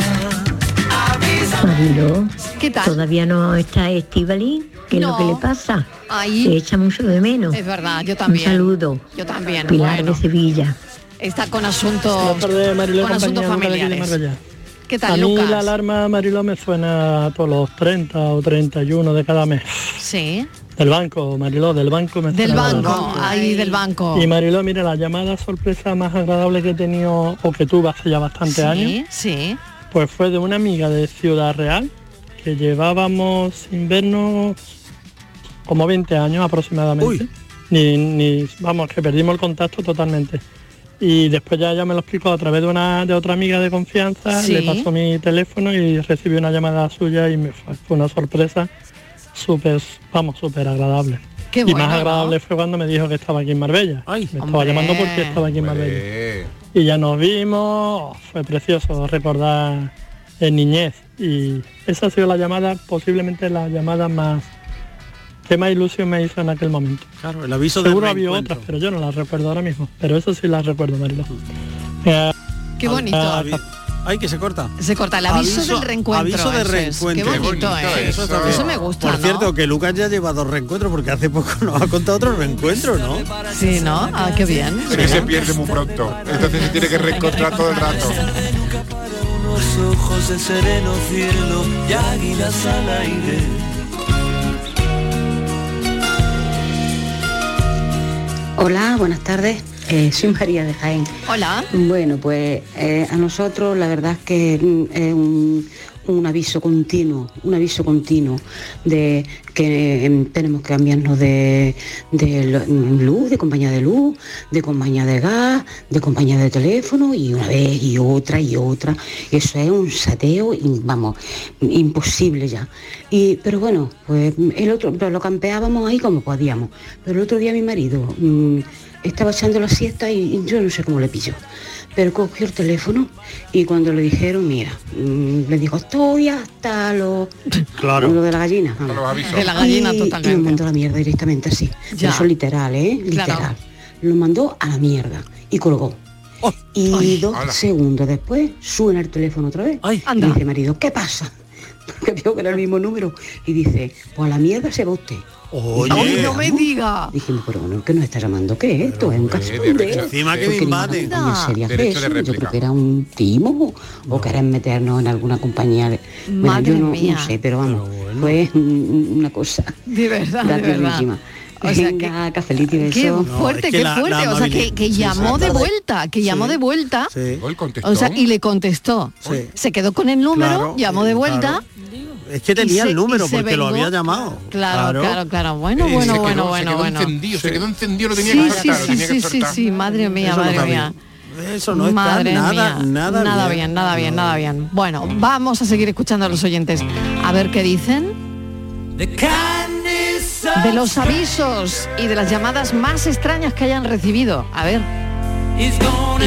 Speaker 2: Mariló,
Speaker 21: ¿Qué tal?
Speaker 2: Todavía no está Estivali. ¿Qué
Speaker 21: No.
Speaker 2: es lo que le pasa?
Speaker 21: Ahí.
Speaker 2: Se echa mucho de menos.
Speaker 21: Es verdad, yo también.
Speaker 2: Un saludo.
Speaker 21: Yo también.
Speaker 2: Pilar
Speaker 21: bueno.
Speaker 2: de Sevilla.
Speaker 21: está con asuntos,
Speaker 32: Buenas tardes, Mariló,
Speaker 21: con asuntos
Speaker 32: compañía, Lucas de aquí de
Speaker 21: familiares.
Speaker 32: Marbella.
Speaker 21: ¿Qué
Speaker 32: a
Speaker 21: tal,
Speaker 32: mí
Speaker 21: Lucas?
Speaker 32: la alarma Mariló me suena por los 30 o 31 de cada mes.
Speaker 21: Sí.
Speaker 32: Del banco, Mariló, del banco me
Speaker 21: Del
Speaker 32: suena.
Speaker 21: banco, ahí del banco.
Speaker 32: Y Mariló, mira, la llamada sorpresa más agradable que he tenido o que tuve hace ya bastante
Speaker 21: Sí,
Speaker 32: años.
Speaker 21: Sí.
Speaker 32: Pues fue de una amiga de Ciudad Real que llevábamos invierno como 20 años aproximadamente. Ni, ni- vamos, que perdimos el contacto totalmente. Y después ya ella me lo explicó a través de una de otra amiga de confianza,
Speaker 33: Sí.
Speaker 32: le pasó mi teléfono y recibí una llamada suya y me fue, fue una sorpresa súper, vamos, súper agradable.
Speaker 33: Qué
Speaker 32: y
Speaker 33: bueno,
Speaker 32: más
Speaker 33: ¿no?
Speaker 32: agradable fue cuando me dijo que estaba aquí en Marbella. me estaba
Speaker 33: hombre.
Speaker 32: llamando porque estaba aquí en Marbella. Y ya nos vimos, fue precioso recordar en niñez. Y esa ha sido la llamada, posiblemente la llamada más que más ilusión me hizo en aquel momento.
Speaker 22: Claro, el aviso del
Speaker 32: Seguro había
Speaker 22: reencuentro.
Speaker 32: otras, pero yo no las recuerdo ahora mismo. Pero eso sí las recuerdo, Marilo. Eh,
Speaker 21: Qué bonito.
Speaker 32: ah,
Speaker 22: Ay, que se corta.
Speaker 21: Se corta el aviso, del reencuentro.
Speaker 22: Aviso
Speaker 21: eso
Speaker 22: del
Speaker 21: es.
Speaker 22: reencuentro.
Speaker 21: Qué bonito, ¿eh? Eso,
Speaker 22: está bien.
Speaker 21: me gusta.
Speaker 22: Por
Speaker 21: ¿no?
Speaker 22: cierto, que Lucas ya lleva dos reencuentros porque hace poco nos ha contado otro reencuentro, ¿no?
Speaker 21: Sí, ¿no? Ah, qué bien.
Speaker 23: Pero se pierde muy pronto. Entonces se tiene que reencontrar todo el rato.
Speaker 14: Unos ojos de sereno cielo y águilas al aire.
Speaker 34: Hola, buenas tardes. Eh, soy María de Jaén.
Speaker 21: Hola.
Speaker 34: Bueno, pues eh, a nosotros la verdad es que mm, es un, un aviso continuo, un aviso continuo de que em, tenemos que cambiarnos de, de lo- mm, luz, de compañía de luz, de compañía de gas, de compañía de teléfono y una vez y otra y otra. Eso es un sateo, y, vamos, imposible ya. Y, pero bueno, pues mm, el otro, pero lo campeábamos ahí como podíamos. Pero el otro día mi marido mm, estaba echando la siesta y, y yo no sé cómo le pilló. Pero cogió el teléfono y cuando le dijeron, mira, mm, le dijo, estoy hasta lo, lo de la gallina. vamos.
Speaker 33: De la gallina,
Speaker 34: Y- y
Speaker 33: totalmente.
Speaker 34: lo mandó a la mierda directamente así.
Speaker 33: Ya.
Speaker 34: Eso literal, ¿eh?
Speaker 33: Claro.
Speaker 34: Literal. Lo mandó a la mierda y colgó.
Speaker 33: Oh,
Speaker 34: y dos segundos después suena el teléfono otra vez.
Speaker 21: Anda.
Speaker 34: Y dice marido, ¿qué pasa? Porque vio que era el mismo número. Y dice, pues a la mierda se va usted.
Speaker 22: Oye.
Speaker 34: Dije,
Speaker 22: Ay, no
Speaker 34: "¿Cómo?".
Speaker 21: me diga.
Speaker 34: Dijimos, pero bueno, ¿qué nos está llamando? ¿Qué es esto? Es un
Speaker 22: derecho-
Speaker 34: cachondeo.
Speaker 22: Encima que me
Speaker 34: Porque ninguna
Speaker 22: invaden.
Speaker 34: compañía
Speaker 22: Anda.
Speaker 34: seria hace
Speaker 22: Derecho de
Speaker 34: eso. Yo
Speaker 22: réplica.
Speaker 34: creo que era un timo o, o querer meternos en alguna compañía. De... Bueno,
Speaker 21: Madre
Speaker 34: yo no, no
Speaker 21: mía.
Speaker 34: sé, pero vamos, fue mm, una cosa.
Speaker 21: De verdad, de
Speaker 34: Gracias,
Speaker 21: verdad.
Speaker 34: Luisima.
Speaker 21: O sea,
Speaker 34: Venga, cafelito y
Speaker 21: Qué
Speaker 34: beso.
Speaker 21: fuerte, qué fuerte. o sea, que, que llamó de vuelta, que llamó de vuelta. O sea, y le contestó.
Speaker 22: Sí.
Speaker 21: Se quedó con el número,
Speaker 22: Claro,
Speaker 21: llamó de vuelta.
Speaker 22: Es que tenía
Speaker 21: y se-
Speaker 22: el número
Speaker 21: y se
Speaker 22: porque lo
Speaker 21: vengó.
Speaker 22: había llamado.
Speaker 21: Claro, claro, claro. Bueno,
Speaker 22: Eh,
Speaker 21: bueno,
Speaker 22: se
Speaker 21: bueno,
Speaker 22: quedó- se
Speaker 21: bueno,
Speaker 22: quedó
Speaker 21: bueno.
Speaker 22: encendido, se
Speaker 23: quedó encendido,
Speaker 22: lo tenía
Speaker 21: sí,
Speaker 22: que soltar,
Speaker 21: Sí,
Speaker 22: lo
Speaker 21: sí,
Speaker 22: tenía que
Speaker 21: sí, sí,
Speaker 22: soltar.
Speaker 21: sí, madre mía,
Speaker 22: Eso no
Speaker 21: madre
Speaker 22: está
Speaker 21: mía.
Speaker 22: Eso no está
Speaker 21: Madre
Speaker 22: nada,
Speaker 21: mía.
Speaker 22: nada bien.
Speaker 21: nada bien, nada bien. Bueno, vamos a seguir escuchando a los oyentes. A ver qué dicen de los avisos y de las llamadas más extrañas que hayan recibido. A ver. ¿Y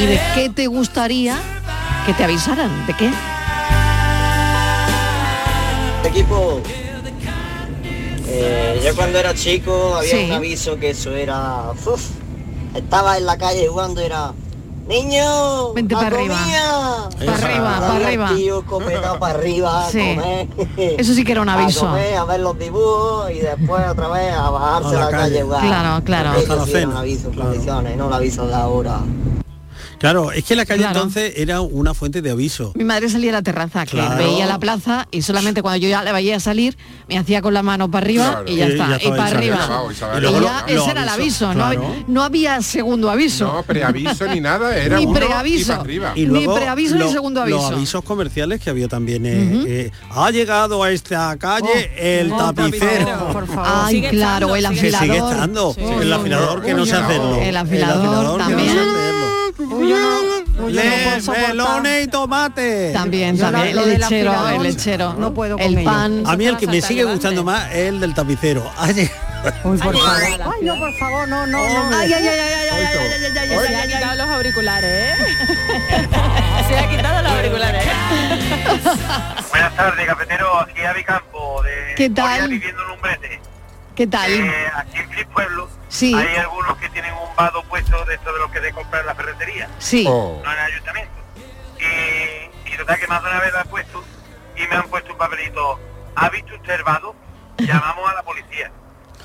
Speaker 21: de qué te gustaría que te avisaran? ¿De qué?
Speaker 15: Equipo, eh, yo cuando era chico había
Speaker 34: Sí.
Speaker 15: un aviso que eso era... uf, estaba en la calle jugando y era... Niño,
Speaker 21: Vente
Speaker 15: a
Speaker 21: para arriba.
Speaker 15: comida".
Speaker 21: Para arriba, para
Speaker 15: Había
Speaker 21: arriba.
Speaker 15: un tío copetado para arriba, a
Speaker 21: Sí.
Speaker 15: comer.
Speaker 21: Eso sí que era un aviso.
Speaker 15: A comer, a ver los dibujos y después otra vez a bajarse
Speaker 21: A
Speaker 15: a
Speaker 21: la
Speaker 15: la, calle. a
Speaker 21: calle.
Speaker 15: jugar.
Speaker 21: Claro, claro.
Speaker 15: Aquello
Speaker 21: Hasta la
Speaker 15: sí era un
Speaker 22: cena.
Speaker 15: aviso en condiciones, no un aviso de ahora.
Speaker 22: Claro, es que la calle entonces era una fuente de aviso.
Speaker 21: Mi madre salía a la terraza, que
Speaker 22: Claro.
Speaker 21: veía la plaza y solamente cuando yo ya la veía salir, me hacía con la mano para arriba y ya está. Y, para arriba.
Speaker 22: Y
Speaker 21: Y
Speaker 22: luego
Speaker 21: ya
Speaker 22: lo-
Speaker 21: ese
Speaker 22: lo
Speaker 21: era el
Speaker 22: aviso,
Speaker 21: aviso, no,
Speaker 22: claro.
Speaker 21: hab- no había segundo aviso.
Speaker 22: No preaviso ni nada,
Speaker 21: era Ni uno y preaviso. pa' arriba. Ni preaviso ni
Speaker 22: lo-
Speaker 21: segundo aviso.
Speaker 22: Los avisos comerciales que había también. eh, eh, ha llegado a esta calle el
Speaker 21: oh,
Speaker 22: tapicero.
Speaker 21: tapicero, por favor. Ay, Sigue claro, estando, el
Speaker 22: Que sigue
Speaker 21: afilador.
Speaker 22: estando.
Speaker 21: Sí.
Speaker 22: El afilador que no se hace
Speaker 21: El afilador, también. Uy, yo no- uy, yo no puedo
Speaker 22: Les,
Speaker 21: soportar.
Speaker 22: melones y tomate.
Speaker 21: También, también. El lechero, el lechero. No puedo El pan.
Speaker 22: A mí el que me sigue gustando más es el del tapicero. Ha llegado-
Speaker 24: Ay, no, por favor, no, no, no.
Speaker 21: Ay, ay, ay, ay, ay,
Speaker 24: ay, ay, ay, ay, ay,
Speaker 27: Se le ha
Speaker 24: ay, ay.
Speaker 27: quitado los auriculares, ¿eh? Se le ha quitado los auriculares.
Speaker 5: Buenas tardes, cafetero. Aquí Avi Campo, de
Speaker 21: ¿Qué tal?
Speaker 5: viviendo en un brete.
Speaker 21: ¿Qué tal?
Speaker 5: Eh, aquí en mi pueblo
Speaker 21: Sí.
Speaker 5: hay algunos que tienen un vado puesto de esto de lo que se compra en la ferretería.
Speaker 21: Sí. Oh.
Speaker 5: No en el ayuntamiento. Y, y total que más de una vez lo han puesto y me han puesto un papelito. ¿Ha visto usted el vado? Llamamos a la policía.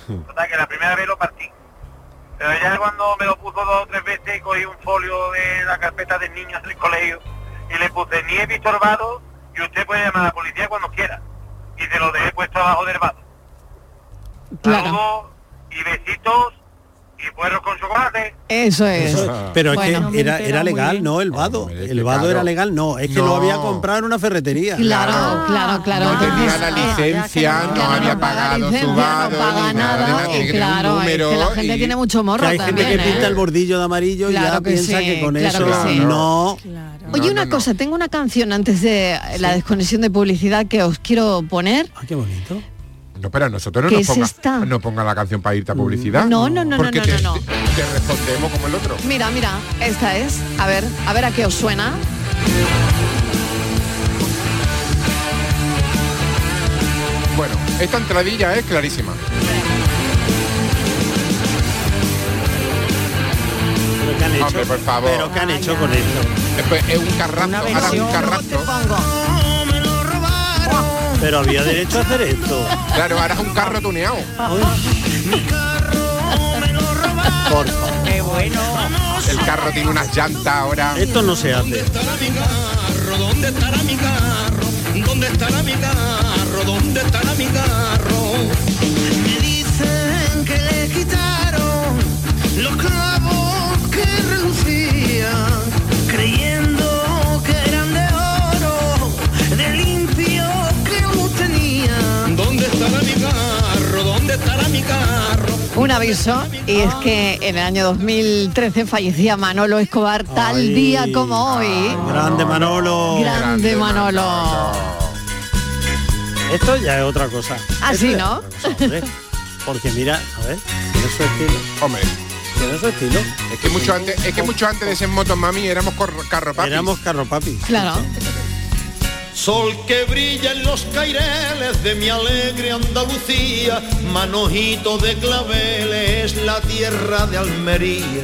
Speaker 5: Total que la primera vez lo partí. Pero ya cuando me lo puso dos o tres veces cogí un folio de la carpeta de niños del colegio y le puse nieve y torbado y usted puede llamar a la policía cuando quiera. Y se lo dejé puesto abajo del vaso.
Speaker 21: Claro.
Speaker 5: Saludos y besitos y puerros con chocolate.
Speaker 21: Eso es.
Speaker 22: Pero es
Speaker 21: Pues, Bueno.
Speaker 22: que era, era legal, ¿no? El vado. El vado era legal, no. Es que lo
Speaker 23: No.
Speaker 22: había comprado en una ferretería.
Speaker 21: Claro, Ah, claro, claro.
Speaker 22: Ah. No
Speaker 23: tenía la licencia, no había pagado su vado, ni nada, de nada, tiene que tener un
Speaker 21: Claro, es
Speaker 23: número
Speaker 21: que la gente
Speaker 23: y-
Speaker 21: tiene mucho morro
Speaker 22: Que hay gente
Speaker 21: también.
Speaker 22: que
Speaker 21: ¿eh?
Speaker 22: pinta el bordillo de amarillo y
Speaker 21: Claro
Speaker 22: ya
Speaker 21: que
Speaker 22: piensa
Speaker 21: sí,
Speaker 22: que con
Speaker 21: claro
Speaker 22: eso
Speaker 21: que sí.
Speaker 22: no.
Speaker 21: Oye, una cosa, tengo una canción antes de la desconexión de publicidad que os quiero poner.
Speaker 22: Ah, qué bonito.
Speaker 23: No, pero a nosotros no
Speaker 21: ¿Qué
Speaker 23: nos
Speaker 21: es
Speaker 23: ponga,
Speaker 21: esta?
Speaker 23: no ponga la canción para irte a publicidad.
Speaker 21: No, no, no, no,
Speaker 23: porque
Speaker 21: no,
Speaker 23: te,
Speaker 21: no, no.
Speaker 23: te- te respondemos como el otro.
Speaker 21: Mira, mira, esta es. A ver, a ver a qué os suena.
Speaker 23: Bueno, esta entradilla es clarísima.
Speaker 22: Pero que han hecho,
Speaker 23: Hombre, por favor.
Speaker 22: Pero que han hecho con esto.
Speaker 23: es un carrasco, ahora es un carrasco.
Speaker 22: Pero había derecho a hacer esto.
Speaker 23: Claro, ahora es un carro tuneado.
Speaker 22: Por favor.
Speaker 23: Qué bueno. El carro tiene unas llantas ahora.
Speaker 22: Esto no se hace.
Speaker 14: ¿Dónde estará mi carro? ¿Dónde estará mi carro? ¿Dónde estará mi carro? Me dicen que le quitaron los clavos que relucía, creyendo que eran de oro, de limpio que aún tenía. ¿Dónde estará mi carro? ¿Dónde estará mi carro?
Speaker 21: Un aviso, y es que en el año 2013 fallecía Manolo Escobar tal
Speaker 22: Ay. Ah,
Speaker 21: día como hoy.
Speaker 22: Grande Manolo.
Speaker 21: Grande Manolo.
Speaker 22: Esto ya es otra cosa.
Speaker 21: Así, ¿no?
Speaker 22: Hombre, Porque mira, a ver, tiene su estilo.
Speaker 23: Hombre.
Speaker 22: Tiene su estilo.
Speaker 23: Es que mucho antes, es que mucho antes de ser motos mami éramos corro- carro papis.
Speaker 22: Éramos carro papis.
Speaker 21: Claro.
Speaker 14: Sol que brilla en los caireles de mi alegre Andalucía, manojito de claveles, la tierra de Almería.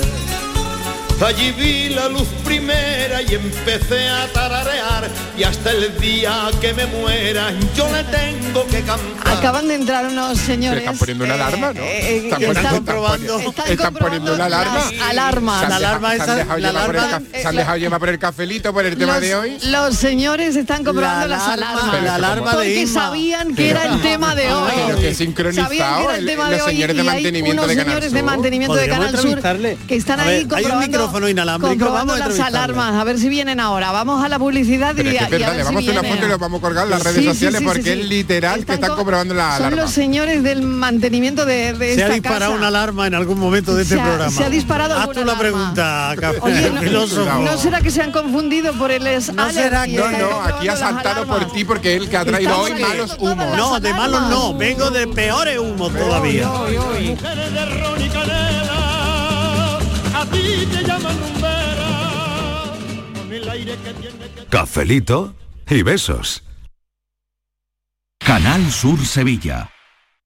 Speaker 14: Allí vi la luz primera y empecé a tararear y hasta el día que me muera yo le tengo que cantar.
Speaker 21: Acaban de entrar unos señores.
Speaker 23: Están poniendo una alarma, ¿no?
Speaker 21: eh, eh,
Speaker 23: Están
Speaker 21: que
Speaker 23: poniendo-
Speaker 21: están
Speaker 23: están
Speaker 21: probando-
Speaker 23: poni-
Speaker 21: están
Speaker 23: Están poniendo una alarma.
Speaker 21: las alarmas.
Speaker 23: Se han
Speaker 21: La
Speaker 23: dejado-
Speaker 21: alarma
Speaker 23: se han
Speaker 21: esa-
Speaker 23: dejado
Speaker 21: la
Speaker 23: llevar por el
Speaker 21: alarma-
Speaker 23: caf- Se han dejado llevar por el cafelito, por el tema
Speaker 21: los,
Speaker 23: de hoy.
Speaker 21: los señores están comprobando
Speaker 22: La
Speaker 21: las
Speaker 22: alarma,
Speaker 21: alarmas.
Speaker 23: la alarma de
Speaker 21: porque
Speaker 22: Inma.
Speaker 21: sabían que
Speaker 23: Pero-
Speaker 21: era el tema de hoy.
Speaker 23: Pero que sincronizado,
Speaker 21: Sabían que era el
Speaker 23: el-
Speaker 21: tema
Speaker 23: los
Speaker 21: de hoy
Speaker 23: señores
Speaker 21: y
Speaker 23: de
Speaker 21: hay
Speaker 23: mantenimiento
Speaker 21: unos
Speaker 23: de Canal
Speaker 21: señores de
Speaker 23: Sur.
Speaker 21: mantenimiento de
Speaker 22: Podríamos
Speaker 21: Canal Sur
Speaker 22: entrevistarle.
Speaker 21: que están
Speaker 22: A ver, hay
Speaker 21: ahí
Speaker 22: un
Speaker 21: comprobando,
Speaker 22: micrófono inalámbrico,
Speaker 21: comprobando
Speaker 22: vamos a
Speaker 21: las
Speaker 22: entrevistarle.
Speaker 21: alarmas. A ver si vienen ahora. Vamos a la publicidad y,
Speaker 23: Pero es
Speaker 21: y
Speaker 23: que es
Speaker 19: a-
Speaker 21: a
Speaker 23: verdad,
Speaker 21: ver
Speaker 23: le
Speaker 21: si
Speaker 23: vamos a hacer una
Speaker 21: vienen.
Speaker 23: foto y lo vamos a colgar en las
Speaker 21: Sí,
Speaker 23: redes
Speaker 21: sí,
Speaker 23: sociales
Speaker 21: sí, sí,
Speaker 23: porque
Speaker 21: sí.
Speaker 23: es literal que están comprobando la
Speaker 21: Son
Speaker 23: alarma.
Speaker 21: los señores del mantenimiento de, de
Speaker 22: Se
Speaker 21: esta
Speaker 22: ha disparado
Speaker 21: casa.
Speaker 22: una alarma en algún momento de
Speaker 21: Se
Speaker 22: este
Speaker 21: ha-
Speaker 22: programa.
Speaker 21: se ha disparado
Speaker 22: Haz
Speaker 21: alguna
Speaker 22: tú la
Speaker 21: alarma.
Speaker 22: pregunta, café,
Speaker 21: Oye,
Speaker 22: filósofo.
Speaker 21: no, no será que se han confundido por el es
Speaker 22: No será que-
Speaker 23: No, no, aquí ha saltado por ti porque él que ha traído hoy
Speaker 22: Porque-
Speaker 23: malos humos.
Speaker 22: No, de malos no, vengo de peores humos todavía.
Speaker 14: Mujeres de ron y canela, a ti te llaman rumbera, con el aire que tiene
Speaker 10: Cafelito y besos. Canal Sur Sevilla.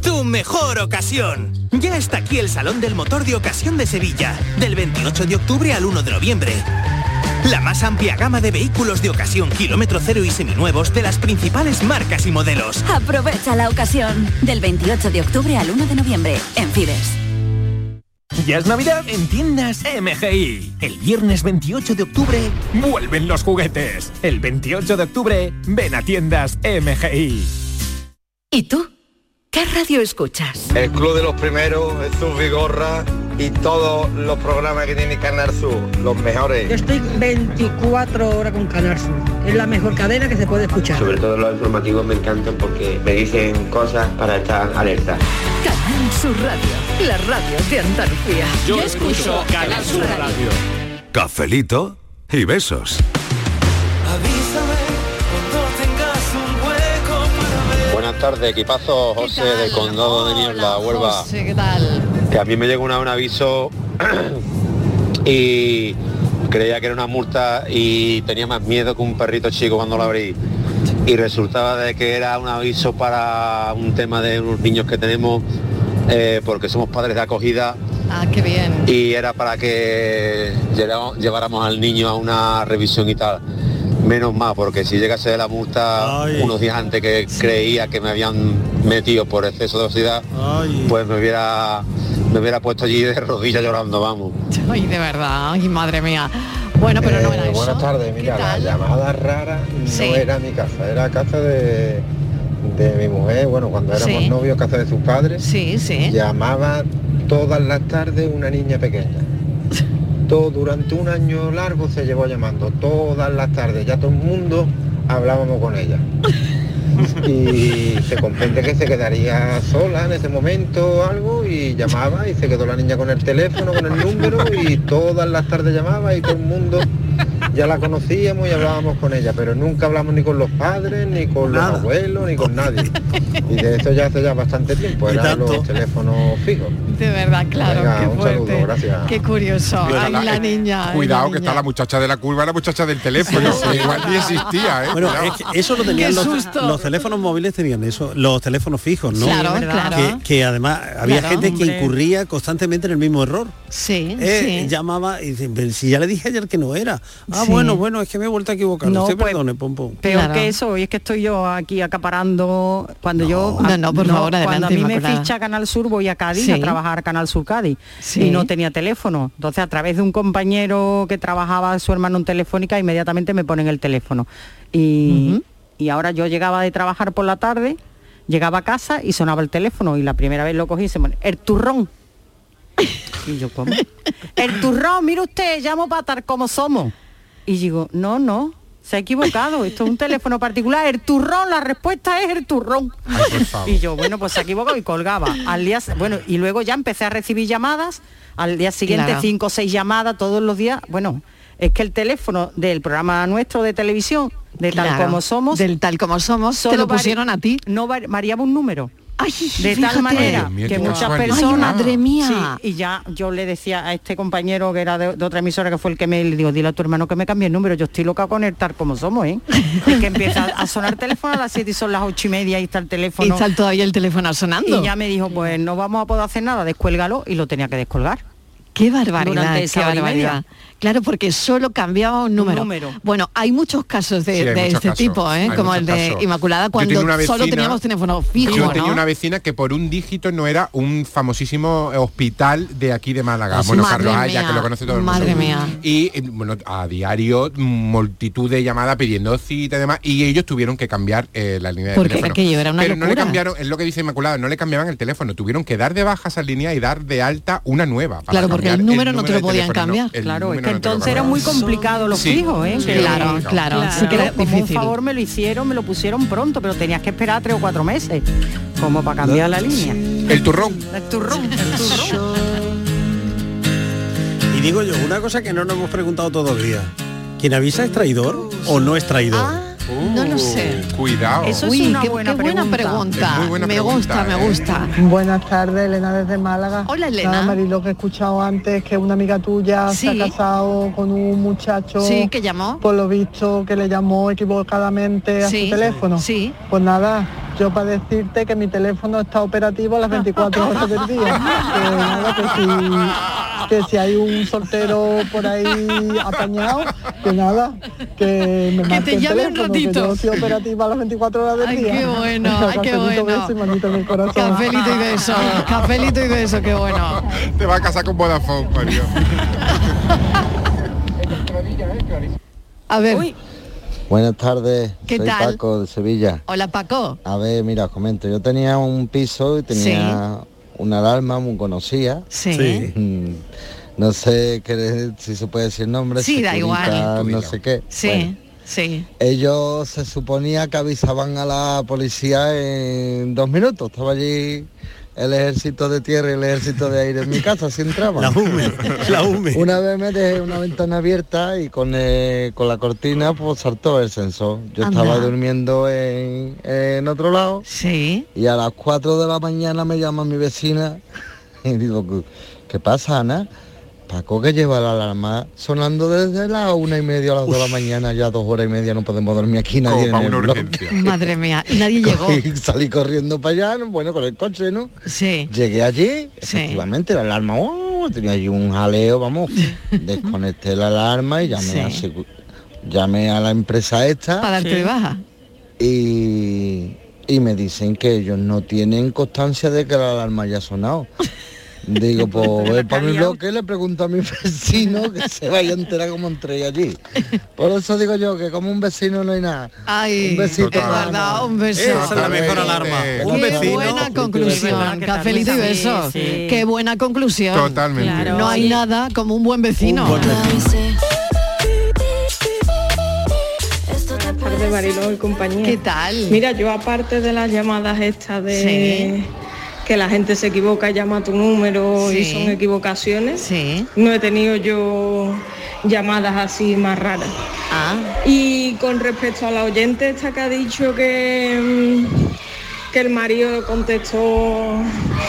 Speaker 4: tu mejor ocasión. Ya está aquí el Salón del Motor de Ocasión de Sevilla, del 28 de octubre al 1 de noviembre. La más amplia gama de vehículos de ocasión kilómetro cero y seminuevos de las principales marcas y modelos.
Speaker 30: Aprovecha la ocasión. Del 28 de octubre al 1 de noviembre, en Fides.
Speaker 4: Ya es Navidad en tiendas MGI. El viernes 28 de octubre vuelven los juguetes. El 28 de octubre ven a tiendas MGI.
Speaker 1: ¿Y tú? ¿Qué radio escuchas?
Speaker 35: El Club de los Primeros, Jesús Vigorra y todos los programas que tiene Canal Sur, los mejores.
Speaker 36: estoy 24 horas con Canal Sur. Es la mejor cadena que se puede escuchar.
Speaker 20: Sobre todo los informativos me encantan porque me dicen cosas para estar alerta.
Speaker 1: Canal Sur Radio, la radio de Andalucía.
Speaker 20: Cafelito y besos.
Speaker 37: Buenas tardes, equipazo José del Condado de Niebla, Huelva.
Speaker 21: José, ¿qué tal?
Speaker 37: Que a mí me llegó una- un aviso y creía que era una multa y tenía más miedo que un perrito chico cuando lo abrí. Y resultaba de que era un aviso para un tema de unos niños que tenemos, eh, porque somos padres de acogida
Speaker 21: Ah, qué bien.
Speaker 37: y era para que llevara- lleváramos al niño a una revisión y tal. Menos mal, porque si llegase la multa unos días antes que creía que me habían metido por exceso de velocidad, pues me hubiera, me hubiera puesto allí de rodillas llorando, vamos.
Speaker 21: Ay, de verdad, ay, madre mía. Bueno, pero no era eso.
Speaker 38: Eh, Buenas tardes, mira, la llamada rara no
Speaker 21: Sí.
Speaker 38: era mi casa, era casa de, de mi mujer, bueno, cuando éramos
Speaker 21: Sí.
Speaker 38: novios, casa de sus padres.
Speaker 21: Sí, sí.
Speaker 38: Llamaba todas las tardes una niña pequeña. Todo, durante un año largo se llevó llamando, todas las tardes, ya todo el mundo hablábamos con ella. Y se comprende que se quedaría sola en ese momento o algo y llamaba y se quedó la niña con el teléfono, con el número y todas las tardes llamaba y todo el mundo ya la conocíamos y hablábamos con ella, pero nunca hablamos ni con los padres, ni con los abuelos, ni con nadie. Y de eso ya hace ya bastante tiempo, eran los teléfonos fijos.
Speaker 21: De verdad, claro,
Speaker 38: Venga,
Speaker 21: qué
Speaker 38: un
Speaker 21: fuerte.
Speaker 38: saludo, gracias.
Speaker 21: Qué curioso.
Speaker 23: Pero
Speaker 21: Ay,
Speaker 23: la-
Speaker 21: la niña. ay,
Speaker 23: Cuidado
Speaker 21: la
Speaker 23: que está la muchacha de la curva, la muchacha del teléfono. Igual ni existía, ¿eh?
Speaker 22: Bueno,
Speaker 23: Cuidado.
Speaker 22: es que eso lo tenían
Speaker 23: Qué
Speaker 22: los,
Speaker 23: susto.
Speaker 22: los teléfonos móviles tenían eso, los teléfonos fijos, ¿no?
Speaker 21: Claro, Sí, ¿verdad? claro.
Speaker 22: Que, que además había
Speaker 21: Claro,
Speaker 22: gente que
Speaker 21: hombre.
Speaker 22: incurría constantemente en el mismo error.
Speaker 21: Sí,
Speaker 22: Eh,
Speaker 21: sí.
Speaker 22: Llamaba y dice, "Pero si ya le dije ayer que no era. Ah,
Speaker 24: Sí.
Speaker 22: bueno, bueno, es que me he vuelto a equivocar.
Speaker 24: No,
Speaker 22: usted
Speaker 24: pues,
Speaker 22: perdone, pom, pom".
Speaker 24: Peor que eso, hoy es que estoy yo aquí acaparando cuando yo
Speaker 22: No, no, por favor,
Speaker 24: cuando a
Speaker 22: adelante,
Speaker 24: mí me
Speaker 22: Inmaculada.
Speaker 24: ficha Canal Sur voy a Cádiz
Speaker 22: Sí.
Speaker 24: a trabajar Canal Sur Cádiz
Speaker 21: Sí.
Speaker 24: y no tenía teléfono. Entonces a través de un compañero que trabajaba su hermano en Telefónica inmediatamente me ponen el teléfono. Y, y ahora yo llegaba de trabajar por la tarde, llegaba a casa y sonaba el teléfono y la primera vez lo cogí y se me el turrón. Y yo como el turrón, mire usted, llamo para estar como somos. Y digo, no, no, se ha equivocado, esto es un teléfono particular, el turrón, la respuesta es el turrón. Y yo, bueno, pues se equivocó y colgaba. Al día, bueno, y luego ya empecé a recibir llamadas, al día siguiente
Speaker 21: Claro.
Speaker 24: cinco o seis llamadas todos los días. Bueno, es que el teléfono del programa nuestro de televisión, de tal
Speaker 21: Claro,
Speaker 24: como somos.
Speaker 21: del tal como somos, te lo pusieron a ti.
Speaker 24: No vari- variaba un número. de
Speaker 21: fíjate.
Speaker 24: tal manera
Speaker 21: Ay, Dios mío,
Speaker 24: que
Speaker 21: qué
Speaker 24: muchas
Speaker 21: casualidad.
Speaker 24: personas
Speaker 21: Ay, madre mía.
Speaker 24: Sí, y ya yo le decía a este compañero que era de, de otra emisora que fue el que me le digo dile a tu hermano que me cambie el número yo estoy loca con el tal como somos ¿eh? es que empieza a sonar el teléfono a las 7 y son las ocho y media y está el
Speaker 21: Y
Speaker 24: teléfono
Speaker 21: está todavía el teléfono sonando.
Speaker 24: y ya me dijo, pues no vamos a poder hacer nada, descuélgalo y lo tenía que descolgar.
Speaker 21: Qué barbaridad,
Speaker 24: Durante
Speaker 21: qué
Speaker 24: esa hora y
Speaker 21: barbaridad.
Speaker 24: media.
Speaker 21: Claro, porque solo cambiaba un número.
Speaker 24: número.
Speaker 21: Bueno, hay muchos casos de,
Speaker 23: Sí, hay
Speaker 21: de
Speaker 23: muchos
Speaker 21: este
Speaker 23: casos,
Speaker 21: tipo, ¿eh?
Speaker 23: hay
Speaker 21: como el
Speaker 23: muchos
Speaker 21: de
Speaker 23: casos.
Speaker 21: Inmaculada,
Speaker 23: Yo tenía
Speaker 21: cuando
Speaker 23: una
Speaker 21: solo
Speaker 23: vecina-
Speaker 21: teníamos teléfono fijo,
Speaker 23: Yo
Speaker 21: ¿no?
Speaker 23: tenía una vecina que por un dígito no era un famosísimo hospital de aquí de Málaga.
Speaker 21: Así.
Speaker 23: Bueno,
Speaker 21: Pues Madre
Speaker 23: Carlos Haya, que
Speaker 21: mía,
Speaker 23: lo conoce todo el mundo.
Speaker 21: madre mía.
Speaker 23: Y eh, bueno, a diario multitud de llamadas pidiendo cita y demás. Y ellos tuvieron que cambiar eh, la línea de
Speaker 21: Porque
Speaker 23: teléfono.
Speaker 21: aquello era una
Speaker 23: Pero no le
Speaker 21: locura.
Speaker 23: cambiaron, es lo que dice Inmaculada, no le cambiaban el teléfono. Tuvieron que dar de baja esa línea y dar de alta una nueva. para
Speaker 21: Claro, porque el
Speaker 23: cambiar
Speaker 21: número no te lo
Speaker 23: de
Speaker 21: podían
Speaker 23: teléfono, no,
Speaker 21: cambiar.
Speaker 23: el
Speaker 21: Claro, es
Speaker 23: número
Speaker 24: que
Speaker 23: no te lo
Speaker 24: entonces era muy
Speaker 23: cambiaban.
Speaker 24: complicado los
Speaker 23: Sí,
Speaker 24: fijos, ¿eh?
Speaker 23: sí,
Speaker 24: Que-
Speaker 23: era complicado.
Speaker 21: claro, sí que era
Speaker 24: como un
Speaker 21: difícil.
Speaker 24: favor me lo hicieron, me lo pusieron pronto, pero tenías que esperar tres o cuatro meses como para cambiar la línea.
Speaker 23: El turrón.
Speaker 24: El turrón, el turrón.
Speaker 22: Y digo yo, una cosa que no nos hemos preguntado todavía. ¿Quien avisa es traidor o no es traidor?
Speaker 21: No lo sé.
Speaker 23: Cuidado.
Speaker 21: Ah, Eso es una buena, pregunta.
Speaker 23: Es muy buena
Speaker 21: me gusta,
Speaker 23: pregunta,
Speaker 21: me
Speaker 23: ¿eh?
Speaker 21: gusta.
Speaker 39: Buenas tardes, Elena desde Málaga. Hola,
Speaker 21: Elena.
Speaker 39: Nada, Marilo, que he escuchado antes que una amiga tuya
Speaker 21: Sí.
Speaker 39: se ha casado con un muchacho.
Speaker 21: Sí, que llamó.
Speaker 39: Por lo visto, que le llamó equivocadamente a
Speaker 21: Sí,
Speaker 39: su teléfono. Sí. Pues nada, yo para decirte que mi teléfono está operativo las 24 horas del día. Que nada, que si, que si hay un soltero por ahí apañado, que nada, que me marque el
Speaker 21: llame
Speaker 39: teléfono,
Speaker 21: un
Speaker 39: que
Speaker 21: ratito.
Speaker 39: yo estoy operativa las 24 horas del
Speaker 21: Ay,
Speaker 39: día.
Speaker 21: qué bueno, ay, qué
Speaker 39: Cafelito,
Speaker 21: bueno.
Speaker 39: beso y manito en el corazón.
Speaker 21: Cafelito y beso, cafelito y beso, qué bueno.
Speaker 23: Te va a casar con Vodafone, Mario.
Speaker 21: A ver,
Speaker 40: Buenas tardes,
Speaker 21: ¿Qué
Speaker 40: soy
Speaker 21: tal?
Speaker 40: Paco de Sevilla.
Speaker 21: hola Paco.
Speaker 40: A ver, mira, os comento, yo tenía un piso y tenía una alarma muy conocida.
Speaker 21: Sí. Sí.
Speaker 40: Mm, No sé qué- si se puede decir nombre.
Speaker 21: Sí, da
Speaker 40: Securitas,
Speaker 21: igual.
Speaker 40: No sé qué.
Speaker 21: Sí,
Speaker 40: Bueno,
Speaker 21: sí.
Speaker 40: ellos se suponía que avisaban a la policía en dos minutos. Estaba allí el ejército de tierra y el ejército de aire en mi casa, si entraban.
Speaker 41: La UME, la UME.
Speaker 40: Una vez me dejé una ventana abierta y con, eh, con la cortina pues saltó el sensor. Yo
Speaker 38: Anda.
Speaker 40: estaba durmiendo en, en otro lado.
Speaker 21: Sí.
Speaker 40: Y a las 4 de la mañana me llama mi vecina y digo, "¿Qué- ¿qué pasa, Ana? Paco que lleva la alarma sonando desde las una y media a las dos de la mañana, ya dos horas y media no podemos dormir aquí nadie.
Speaker 23: Como para
Speaker 40: en el
Speaker 23: una
Speaker 40: bloque".
Speaker 21: Madre mía, y nadie llegó.
Speaker 40: Cogí- salí corriendo para allá, ¿no? bueno, con el coche, ¿no?
Speaker 21: Sí.
Speaker 40: Llegué allí, efectivamente, la alarma, ¡oh! tenía allí un jaleo, vamos, desconecté la alarma y llamé,
Speaker 21: Sí.
Speaker 40: a, secu- llamé a la empresa esta.
Speaker 21: Para darte de baja.
Speaker 40: Y, y me dicen que ellos no tienen constancia de que la alarma haya sonado. Digo, pues voy para mi bloque y le pregunto a mi vecino que se vaya a enterar cómo entré allí. Por eso digo yo que como un vecino no hay nada.
Speaker 21: Ay,
Speaker 40: un besito.
Speaker 21: Eduardo, un beso.
Speaker 40: Esa es la mejor alarma. Un
Speaker 21: Qué
Speaker 40: vecino.
Speaker 21: buena
Speaker 40: ¿Verdad
Speaker 21: conclusión.
Speaker 40: que
Speaker 21: Cafelito y
Speaker 40: también?
Speaker 21: beso.
Speaker 40: Sí, sí.
Speaker 21: Qué buena conclusión.
Speaker 23: Totalmente. Claro.
Speaker 21: No hay nada como un buen vecino.
Speaker 33: de Mariló y compañía. ¿Qué
Speaker 21: tal?
Speaker 33: Mira, yo aparte de las llamadas estas de que la gente se equivoca, llama a tu número y
Speaker 21: Sí.
Speaker 33: son equivocaciones, no he tenido yo llamadas así más raras.
Speaker 21: Ah.
Speaker 33: Y con respecto a la oyente esta que ha dicho que, mm, que el marido contestó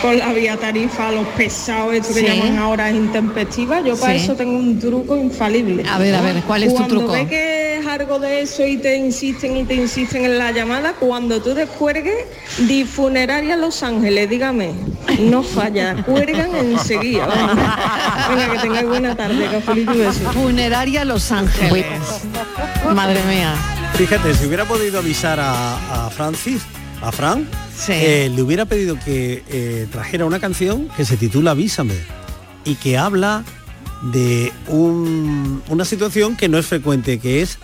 Speaker 33: con la vía tarifa a los pesados, esto que
Speaker 21: Sí.
Speaker 33: llaman ahora intempestivas, yo para
Speaker 21: Sí.
Speaker 33: eso tengo un truco infalible.
Speaker 21: A ver, a ver, ¿cuál es tu
Speaker 33: Cuando
Speaker 21: truco?
Speaker 33: ve que es algo de eso y te insisten y te insisten en la llamada, cuando tú descuergues, di funeraria Los Ángeles, dígame, no falla, cuelgan enseguida. vamos. Venga, que tengáis buena tarde, cafelito y besos.
Speaker 21: Funeraria Los Ángeles. Madre mía.
Speaker 22: Fíjate, si hubiera podido avisar a, a Francis, a Fran, eh, le hubiera pedido que eh, trajera una canción que se titula Avísame y que habla de un- una situación que no es frecuente, que es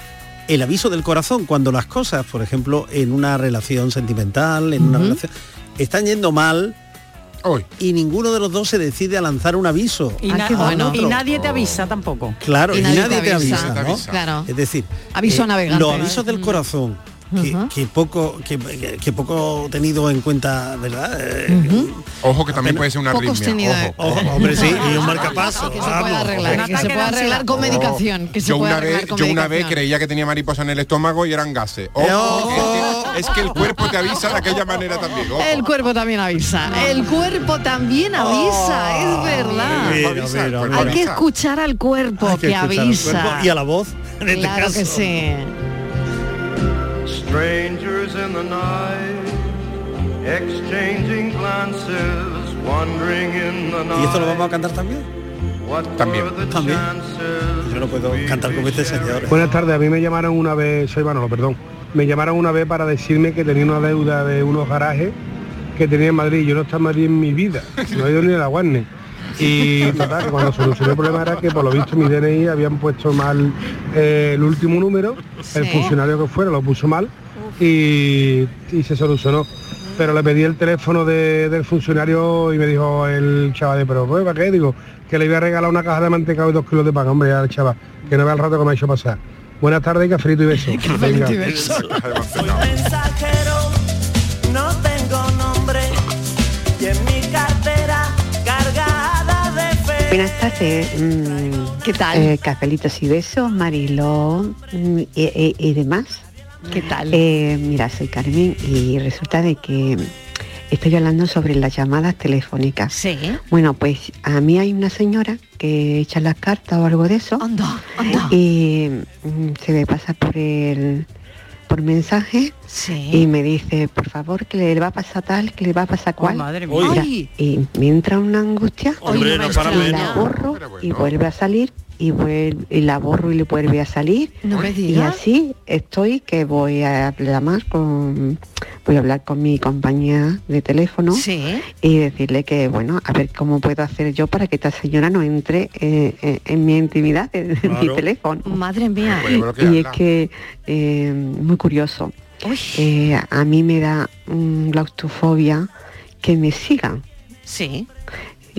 Speaker 22: el aviso del corazón, cuando las cosas, por ejemplo, en una relación sentimental, en una relación, están yendo mal y ninguno de los dos se decide a lanzar un aviso. Ah,
Speaker 24: Y,
Speaker 21: Ah,
Speaker 24: na-
Speaker 22: al
Speaker 24: y
Speaker 22: otro.
Speaker 24: nadie te avisa tampoco.
Speaker 22: Claro, y nadie, te avisa, ¿no?
Speaker 21: Claro.
Speaker 22: Es decir, eh,
Speaker 21: Aviso navegante.
Speaker 22: los avisos del corazón, que, que poco que, que poco tenido en cuenta, ¿verdad? Eh,
Speaker 23: Ojo que también puede ser una
Speaker 22: Pocos tenido,
Speaker 23: arritmia.
Speaker 22: eh. Ojo, hombre, sí, y un marcapaso.
Speaker 21: Ah, Que se puede arreglar, que se puede arreglar con medicación. Que se
Speaker 23: yo
Speaker 21: puede
Speaker 23: una
Speaker 21: arreglar
Speaker 23: vez,
Speaker 21: con
Speaker 23: yo una vez
Speaker 21: medicación.
Speaker 23: creía que tenía mariposa en el estómago y eran gases. Ojo, que Es, que, es que el cuerpo te avisa de aquella manera también. ojo.
Speaker 21: El cuerpo también avisa. El cuerpo también avisa,
Speaker 22: Oh.
Speaker 21: es
Speaker 24: Ah.
Speaker 21: verdad.
Speaker 23: Mira,
Speaker 22: mira, mira.
Speaker 21: Hay que escuchar al cuerpo
Speaker 22: Hay
Speaker 21: que,
Speaker 22: escuchar al
Speaker 21: avisa.
Speaker 22: cuerpo Y a la voz. en este
Speaker 21: Claro que
Speaker 22: caso.
Speaker 21: sí.
Speaker 19: Strangers in the night, exchanging glances, wandering in the
Speaker 22: ¿Y esto lo
Speaker 19: night.
Speaker 22: vamos a cantar también?
Speaker 19: También.
Speaker 22: También. Yo no puedo cantar como este señor.
Speaker 15: Buenas tardes, a mí me llamaron una vez, soy Manolo, perdón. Me llamaron una vez para decirme que tenía una deuda de unos garajes que tenía en Madrid. Yo no estaba en Madrid en mi vida, no he ido ni a la Warner. Y total, que cuando solucioné el problema era que por lo visto mi DNI habían puesto mal eh, el último número, el
Speaker 39: Sí.
Speaker 15: funcionario que fuera lo puso mal y, y se solucionó. Pero le pedí el teléfono de- del funcionario y me dijo el chaval de pero pues, ¿para qué? Digo, que le iba a regalar una caja de mantecado y dos kilos de pan, hombre, al chaval, que no vea el rato que me ha hecho pasar. Buenas tardes, cafelito y beso. Venga.
Speaker 40: Soy mensajero, no tengo nombre y en mi cartera cargada de fe
Speaker 31: Buenas tardes. Mm, eh,
Speaker 21: ¿Qué tal?
Speaker 31: cafelitos y besos, Mariló mm, y, y- y demás.
Speaker 21: ¿Qué tal?
Speaker 31: Eh, mira, soy Carmen y resulta de que estoy hablando sobre las llamadas telefónicas.
Speaker 21: Sí.
Speaker 31: Bueno, pues a mí hay una señora que echa las cartas o algo de eso.
Speaker 21: Anda, anda.
Speaker 31: Y mm, se me pasa por el por mensaje y me dice, por favor, que le va a pasar tal, que le va a pasar cual.
Speaker 21: Oh,
Speaker 24: madre
Speaker 31: Mira,
Speaker 24: mía.
Speaker 31: y me entra una angustia
Speaker 24: Hombre, Ay, no no para
Speaker 31: y
Speaker 24: menos.
Speaker 31: la borro y vuelve a salir y, vuel- y la borro y le vuelve a salir
Speaker 21: No me
Speaker 31: y
Speaker 21: digas.
Speaker 31: así estoy que voy a hablar con voy a hablar con mi compañía de teléfono y decirle que bueno a ver cómo puedo hacer yo para que esta señora no entre eh, eh, en mi intimidad en mi
Speaker 21: Claro.
Speaker 31: teléfono
Speaker 21: Madre mía.
Speaker 31: y es que eh, muy curioso Eh, a mí me da mm, claustrofobia que me sigan
Speaker 21: Sí.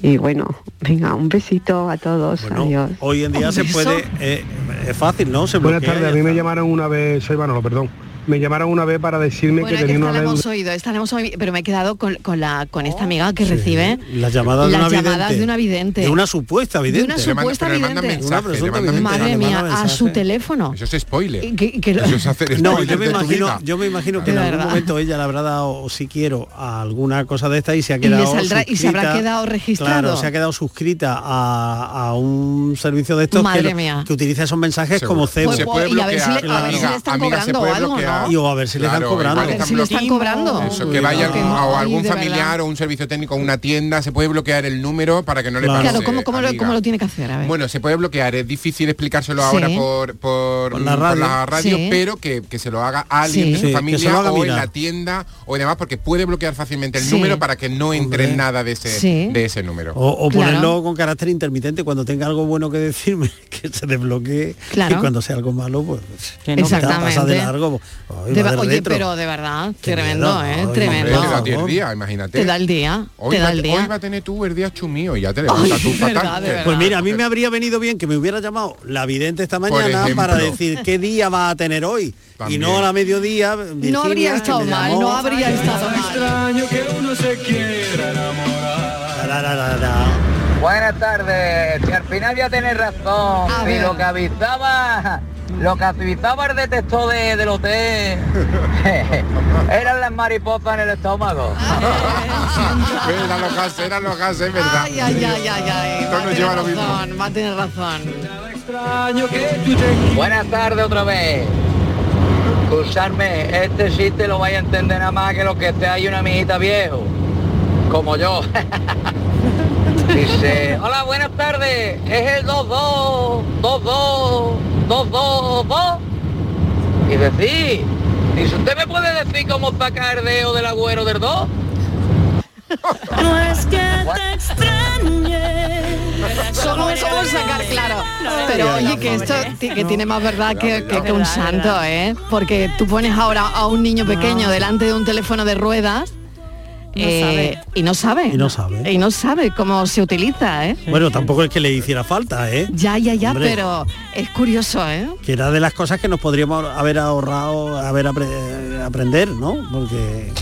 Speaker 31: y bueno venga un besito a todos adiós
Speaker 22: Hoy en día se puede, eh, es fácil, ¿no? Se
Speaker 15: Buenas
Speaker 22: bloquea
Speaker 15: tardes, a mí me llamaron una vez, soy Manolo, perdón. Me llamaron una vez para decirme
Speaker 21: Bueno,
Speaker 15: que
Speaker 21: esta
Speaker 15: tenía
Speaker 21: la
Speaker 15: una
Speaker 21: hemos
Speaker 15: deuda.
Speaker 21: oído, esta la hemos oído, pero me he quedado con, con la, con esta amiga que recibe
Speaker 22: Oh. Las llamadas
Speaker 21: las
Speaker 22: de una
Speaker 21: llamadas
Speaker 22: vidente.
Speaker 21: de una vidente.
Speaker 22: De una supuesta
Speaker 21: De
Speaker 22: vidente.
Speaker 21: una supuesta vidente.
Speaker 22: Una presunta vidente.
Speaker 21: Madre mía, a su teléfono.
Speaker 23: Eso es spoiler.
Speaker 21: Y que- que lo-
Speaker 23: Eso es hacer
Speaker 22: No,
Speaker 23: spoiler
Speaker 22: yo me
Speaker 23: de tu vida.
Speaker 22: imagino, yo me imagino que en
Speaker 21: De
Speaker 22: algún
Speaker 21: verdad.
Speaker 22: momento ella le habrá dado, o si quiero, a alguna cosa de esta y se ha
Speaker 21: Y le
Speaker 22: quedado
Speaker 21: saldrá- y se habrá
Speaker 22: suscrita.
Speaker 21: quedado registrado.
Speaker 22: Claro, se ha quedado suscrita a, a un servicio de estos
Speaker 21: Madre
Speaker 22: que, lo-
Speaker 21: mía.
Speaker 22: que utiliza esos mensajes
Speaker 23: Seguro.
Speaker 22: como cebo.
Speaker 21: Pues, Se puede y a ver si le- bloquear, a ver si le están amiga, se cobrando puede algo, bloquear. ¿no?
Speaker 22: Y, o a ver si le
Speaker 23: Claro,
Speaker 22: están cobrando.
Speaker 23: igual
Speaker 21: A ver si le están cobrando.
Speaker 23: Eso, que vaya
Speaker 21: Porque
Speaker 23: algún-
Speaker 21: no,
Speaker 23: o
Speaker 21: ay,
Speaker 23: algún
Speaker 21: de verdad.
Speaker 23: familiar o un servicio técnico a una tienda, se puede bloquear el número para que no le
Speaker 21: Claro,
Speaker 23: pase.
Speaker 21: ¿cómo, cómo lo,
Speaker 23: amiga.
Speaker 21: cómo lo tiene que hacer? A ver.
Speaker 23: Bueno, se puede bloquear, es difícil explicárselo
Speaker 21: Sí.
Speaker 23: ahora por, por, mm, por la
Speaker 22: la radio.
Speaker 23: radio,
Speaker 22: Sí.
Speaker 23: pero que, que se lo haga a alguien
Speaker 22: Sí.
Speaker 23: de
Speaker 22: Sí,
Speaker 23: su
Speaker 22: que se
Speaker 23: familia
Speaker 22: lo haga
Speaker 23: o en
Speaker 22: mirar.
Speaker 23: la tienda o demás, porque puede bloquear fácilmente el
Speaker 22: Sí.
Speaker 23: número para que no entre
Speaker 22: Hombre.
Speaker 23: nada de ese,
Speaker 22: Sí.
Speaker 23: de ese número.
Speaker 22: O, o ponerlo con carácter intermitente cuando tenga algo bueno que decirme, que se desbloquee.
Speaker 21: Claro.
Speaker 22: Y cuando sea algo malo, pues
Speaker 21: Que no.
Speaker 22: pasa- pasa de
Speaker 21: Exactamente.
Speaker 22: largo. pues, Ay,
Speaker 21: De-
Speaker 22: va de
Speaker 21: oye,
Speaker 22: retro.
Speaker 21: pero de verdad,
Speaker 22: Qué
Speaker 21: tremendo,
Speaker 22: miedo,
Speaker 21: ¿eh?
Speaker 22: ay,
Speaker 21: tremendo.
Speaker 23: Hombre, te da a ti el día, imagínate.
Speaker 21: Te da el día,
Speaker 23: Hoy
Speaker 21: te da
Speaker 23: va-
Speaker 21: el día.
Speaker 23: hoy va a tener tú el día chumío y ya te levantas tú fatal.
Speaker 22: Pues mira, a mí me habría venido bien que me hubiera llamado la vidente esta mañana
Speaker 23: ejemplo.
Speaker 22: para decir qué día va a tener hoy. Y no a la mediodía. Virginia,
Speaker 21: no habría
Speaker 22: que
Speaker 21: estado
Speaker 22: me
Speaker 21: mal,
Speaker 22: llamó.
Speaker 21: no habría estado mal.
Speaker 22: Ra, ra, ra, ra.
Speaker 14: Buenas tardes, que al final ya tenés razón.
Speaker 22: A
Speaker 14: Y
Speaker 22: ver.
Speaker 14: lo que avisaba, lo que avisaba el detector de, del hotel eran las mariposas en el estómago.
Speaker 23: Era los gases, era los gases, es verdad.
Speaker 21: Ay, ay, ay, ay, ay.
Speaker 23: Esto
Speaker 21: va a
Speaker 23: nos
Speaker 21: tener
Speaker 23: lleva a lo mismo.
Speaker 21: razón, va a tener razón.
Speaker 14: Buenas tardes otra vez. Escuchadme, este chiste lo vais a entender nada más que lo que esté ahí una amiguita viejo, como yo. Dice, hola, buenas tardes, es el 2-2, 2-2, 2-2-2. Y dice, sí. Dice, ¿usted me puede decir cómo está acá el dedo del agüero del 2?
Speaker 8: No es que te extrañe.
Speaker 21: Solo eso por sacar claro. Pero oye, que esto ti- que tiene más verdad que, que- que un santo, ¿eh? Porque tú pones ahora a un niño pequeño delante de un teléfono de ruedas eh, y no sabe.
Speaker 22: Y no sabe.
Speaker 21: Y no sabe cómo se utiliza, ¿eh?
Speaker 22: Bueno, tampoco es que le hiciera falta, ¿eh?
Speaker 21: Ya, ya, ya,
Speaker 22: Hombre.
Speaker 21: pero es curioso, ¿eh?
Speaker 22: Que era de las cosas que nos podríamos haber ahorrado, haber apre- aprender, ¿no? Porque.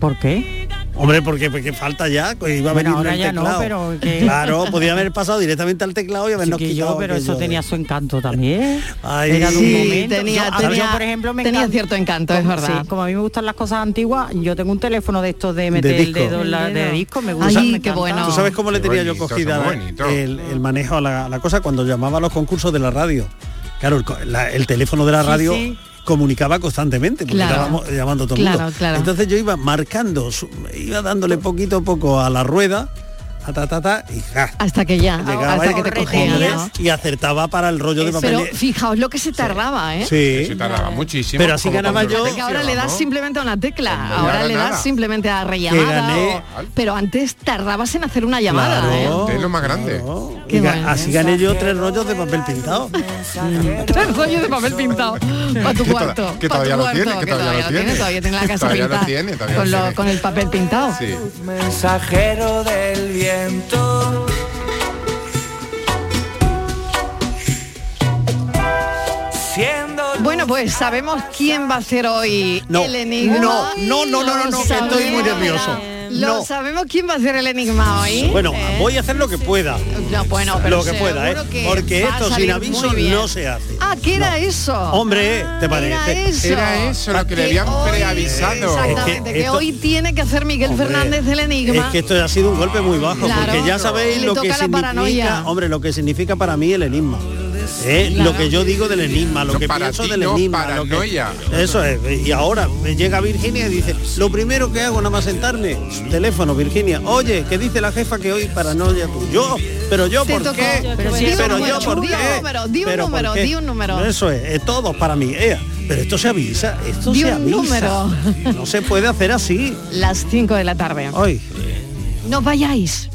Speaker 24: ¿Por qué?
Speaker 22: Hombre, porque, porque falta ya, que iba a
Speaker 24: Bueno,
Speaker 22: venir
Speaker 24: ahora
Speaker 22: el
Speaker 24: ya no,
Speaker 22: teclado.
Speaker 24: pero que-
Speaker 22: Claro, podía haber pasado directamente al teclado y habernos
Speaker 24: que
Speaker 22: quitado
Speaker 24: yo, pero
Speaker 22: aquello
Speaker 24: eso
Speaker 22: de-
Speaker 24: tenía su encanto también.
Speaker 22: Ay,
Speaker 24: Era de un
Speaker 22: Sí,
Speaker 24: momento.
Speaker 22: tenía-
Speaker 24: Yo- a mí,
Speaker 22: tenía-
Speaker 24: yo, por ejemplo, me
Speaker 21: tenía
Speaker 24: encan-
Speaker 21: cierto encanto, es
Speaker 24: como-
Speaker 21: verdad.
Speaker 24: sí, como a mí me gustan las cosas antiguas, yo tengo un teléfono de estos de meter el
Speaker 22: disco.
Speaker 24: dedo en la- de disco, me gusta.
Speaker 21: Ay,
Speaker 24: me
Speaker 21: qué
Speaker 24: encanta.
Speaker 22: ¿Tú sabes cómo le
Speaker 24: Qué
Speaker 22: tenía yo
Speaker 24: bonito,
Speaker 22: cogida
Speaker 24: son
Speaker 22: el, el manejo a la, a la cosa cuando llamaba a los concursos de la radio? Claro, el, co- la- el teléfono de la Sí, radio sí. comunicaba constantemente, porque Claro. estábamos llamando todo el
Speaker 21: Claro,
Speaker 22: mundo.
Speaker 21: claro.
Speaker 22: Entonces yo iba marcando, su- iba dándole poquito a poco a la rueda, a ta, ta, ta, y ja,
Speaker 21: Hasta que ya,
Speaker 22: llegaba
Speaker 21: Ah, hasta
Speaker 22: y-
Speaker 21: que te cogían.
Speaker 22: hombre,
Speaker 21: ¿no?
Speaker 22: y acertaba para el rollo de
Speaker 21: Pero
Speaker 22: papel.
Speaker 21: fijaos lo que se tardaba, ¿eh?
Speaker 22: Sí.
Speaker 23: muchísimo.
Speaker 22: Pero así ganaba yo.
Speaker 21: Porque ahora le das simplemente a una tecla,
Speaker 22: Hombre,
Speaker 21: ahora
Speaker 22: nada,
Speaker 21: le das
Speaker 22: nada.
Speaker 21: simplemente a rellamada.
Speaker 22: gané.
Speaker 21: o- pero antes tardabas en hacer una llamada, ¿eh?
Speaker 22: es lo más grande. así gané yo tres rollos de papel pintado.
Speaker 21: Tres rollos de papel pintado para tu
Speaker 22: Que toda-
Speaker 21: cuarto.
Speaker 22: que
Speaker 21: pa' tu
Speaker 22: todavía lo
Speaker 21: cuarto,
Speaker 22: tiene, que todavía lo tiene.
Speaker 21: todavía tiene la casa
Speaker 22: Todavía lo
Speaker 21: pintada
Speaker 22: tiene, todavía
Speaker 21: con,
Speaker 22: lo
Speaker 21: lo-
Speaker 22: tiene.
Speaker 21: con el papel pintado.
Speaker 14: Mensajero del viento.
Speaker 21: Bueno, pues sabemos quién va a ser hoy
Speaker 22: No,
Speaker 21: el enigma.
Speaker 22: no, no, no, no, no, no, que estoy muy nervioso.
Speaker 21: La Lo
Speaker 22: no.
Speaker 21: sabemos quién va a hacer el enigma hoy.
Speaker 22: Bueno,
Speaker 21: ¿eh?
Speaker 22: voy a hacer lo que pueda.
Speaker 21: No, bueno, pero
Speaker 22: lo que pueda, ¿eh?
Speaker 21: seguro que
Speaker 22: Porque
Speaker 21: va a
Speaker 22: esto sin
Speaker 21: salir
Speaker 22: aviso
Speaker 21: muy bien.
Speaker 22: no se hace.
Speaker 21: Ah, ¿qué era eso?
Speaker 22: Hombre, ¿te parece?
Speaker 21: eso. Era
Speaker 23: eso lo que le habían preavisado.
Speaker 21: Ah, Exactamente, que
Speaker 22: esto-
Speaker 21: hoy tiene que hacer Miguel Fernández el
Speaker 22: Es
Speaker 21: enigma.
Speaker 22: que esto ha sido un golpe muy bajo,
Speaker 21: Claro.
Speaker 22: porque ya sabéis
Speaker 21: Le
Speaker 22: lo que
Speaker 21: toca la paranoia.
Speaker 22: significa, hombre, lo que significa para mí el enigma. ¿eh?
Speaker 21: Claro.
Speaker 22: Lo que yo digo del enigma, lo
Speaker 23: No,
Speaker 22: que
Speaker 23: para
Speaker 22: pienso
Speaker 23: ti
Speaker 22: del
Speaker 23: no,
Speaker 22: enigma. lo que-
Speaker 23: paranoia.
Speaker 22: eso es. Y ahora me llega Virginia y dice, lo primero que hago nada más sentarme, teléfono, Virginia, oye, ¿qué dice la jefa que hoy paranoia tú? Yo, pero yo
Speaker 21: Te
Speaker 22: por
Speaker 21: tocó.
Speaker 22: qué,
Speaker 21: Pero si es un
Speaker 22: pero
Speaker 21: número,
Speaker 22: yo por
Speaker 21: di un
Speaker 22: qué,
Speaker 21: número, di un
Speaker 22: pero por
Speaker 21: número,
Speaker 22: qué".
Speaker 21: di un número.
Speaker 22: Eso es, eh, todos para mí. ea, pero esto se avisa, esto
Speaker 21: Di
Speaker 22: se
Speaker 21: un
Speaker 22: avisa.
Speaker 21: número.
Speaker 22: No se puede hacer así.
Speaker 21: Las 5 de la tarde.
Speaker 22: Hoy.
Speaker 21: No vayáis.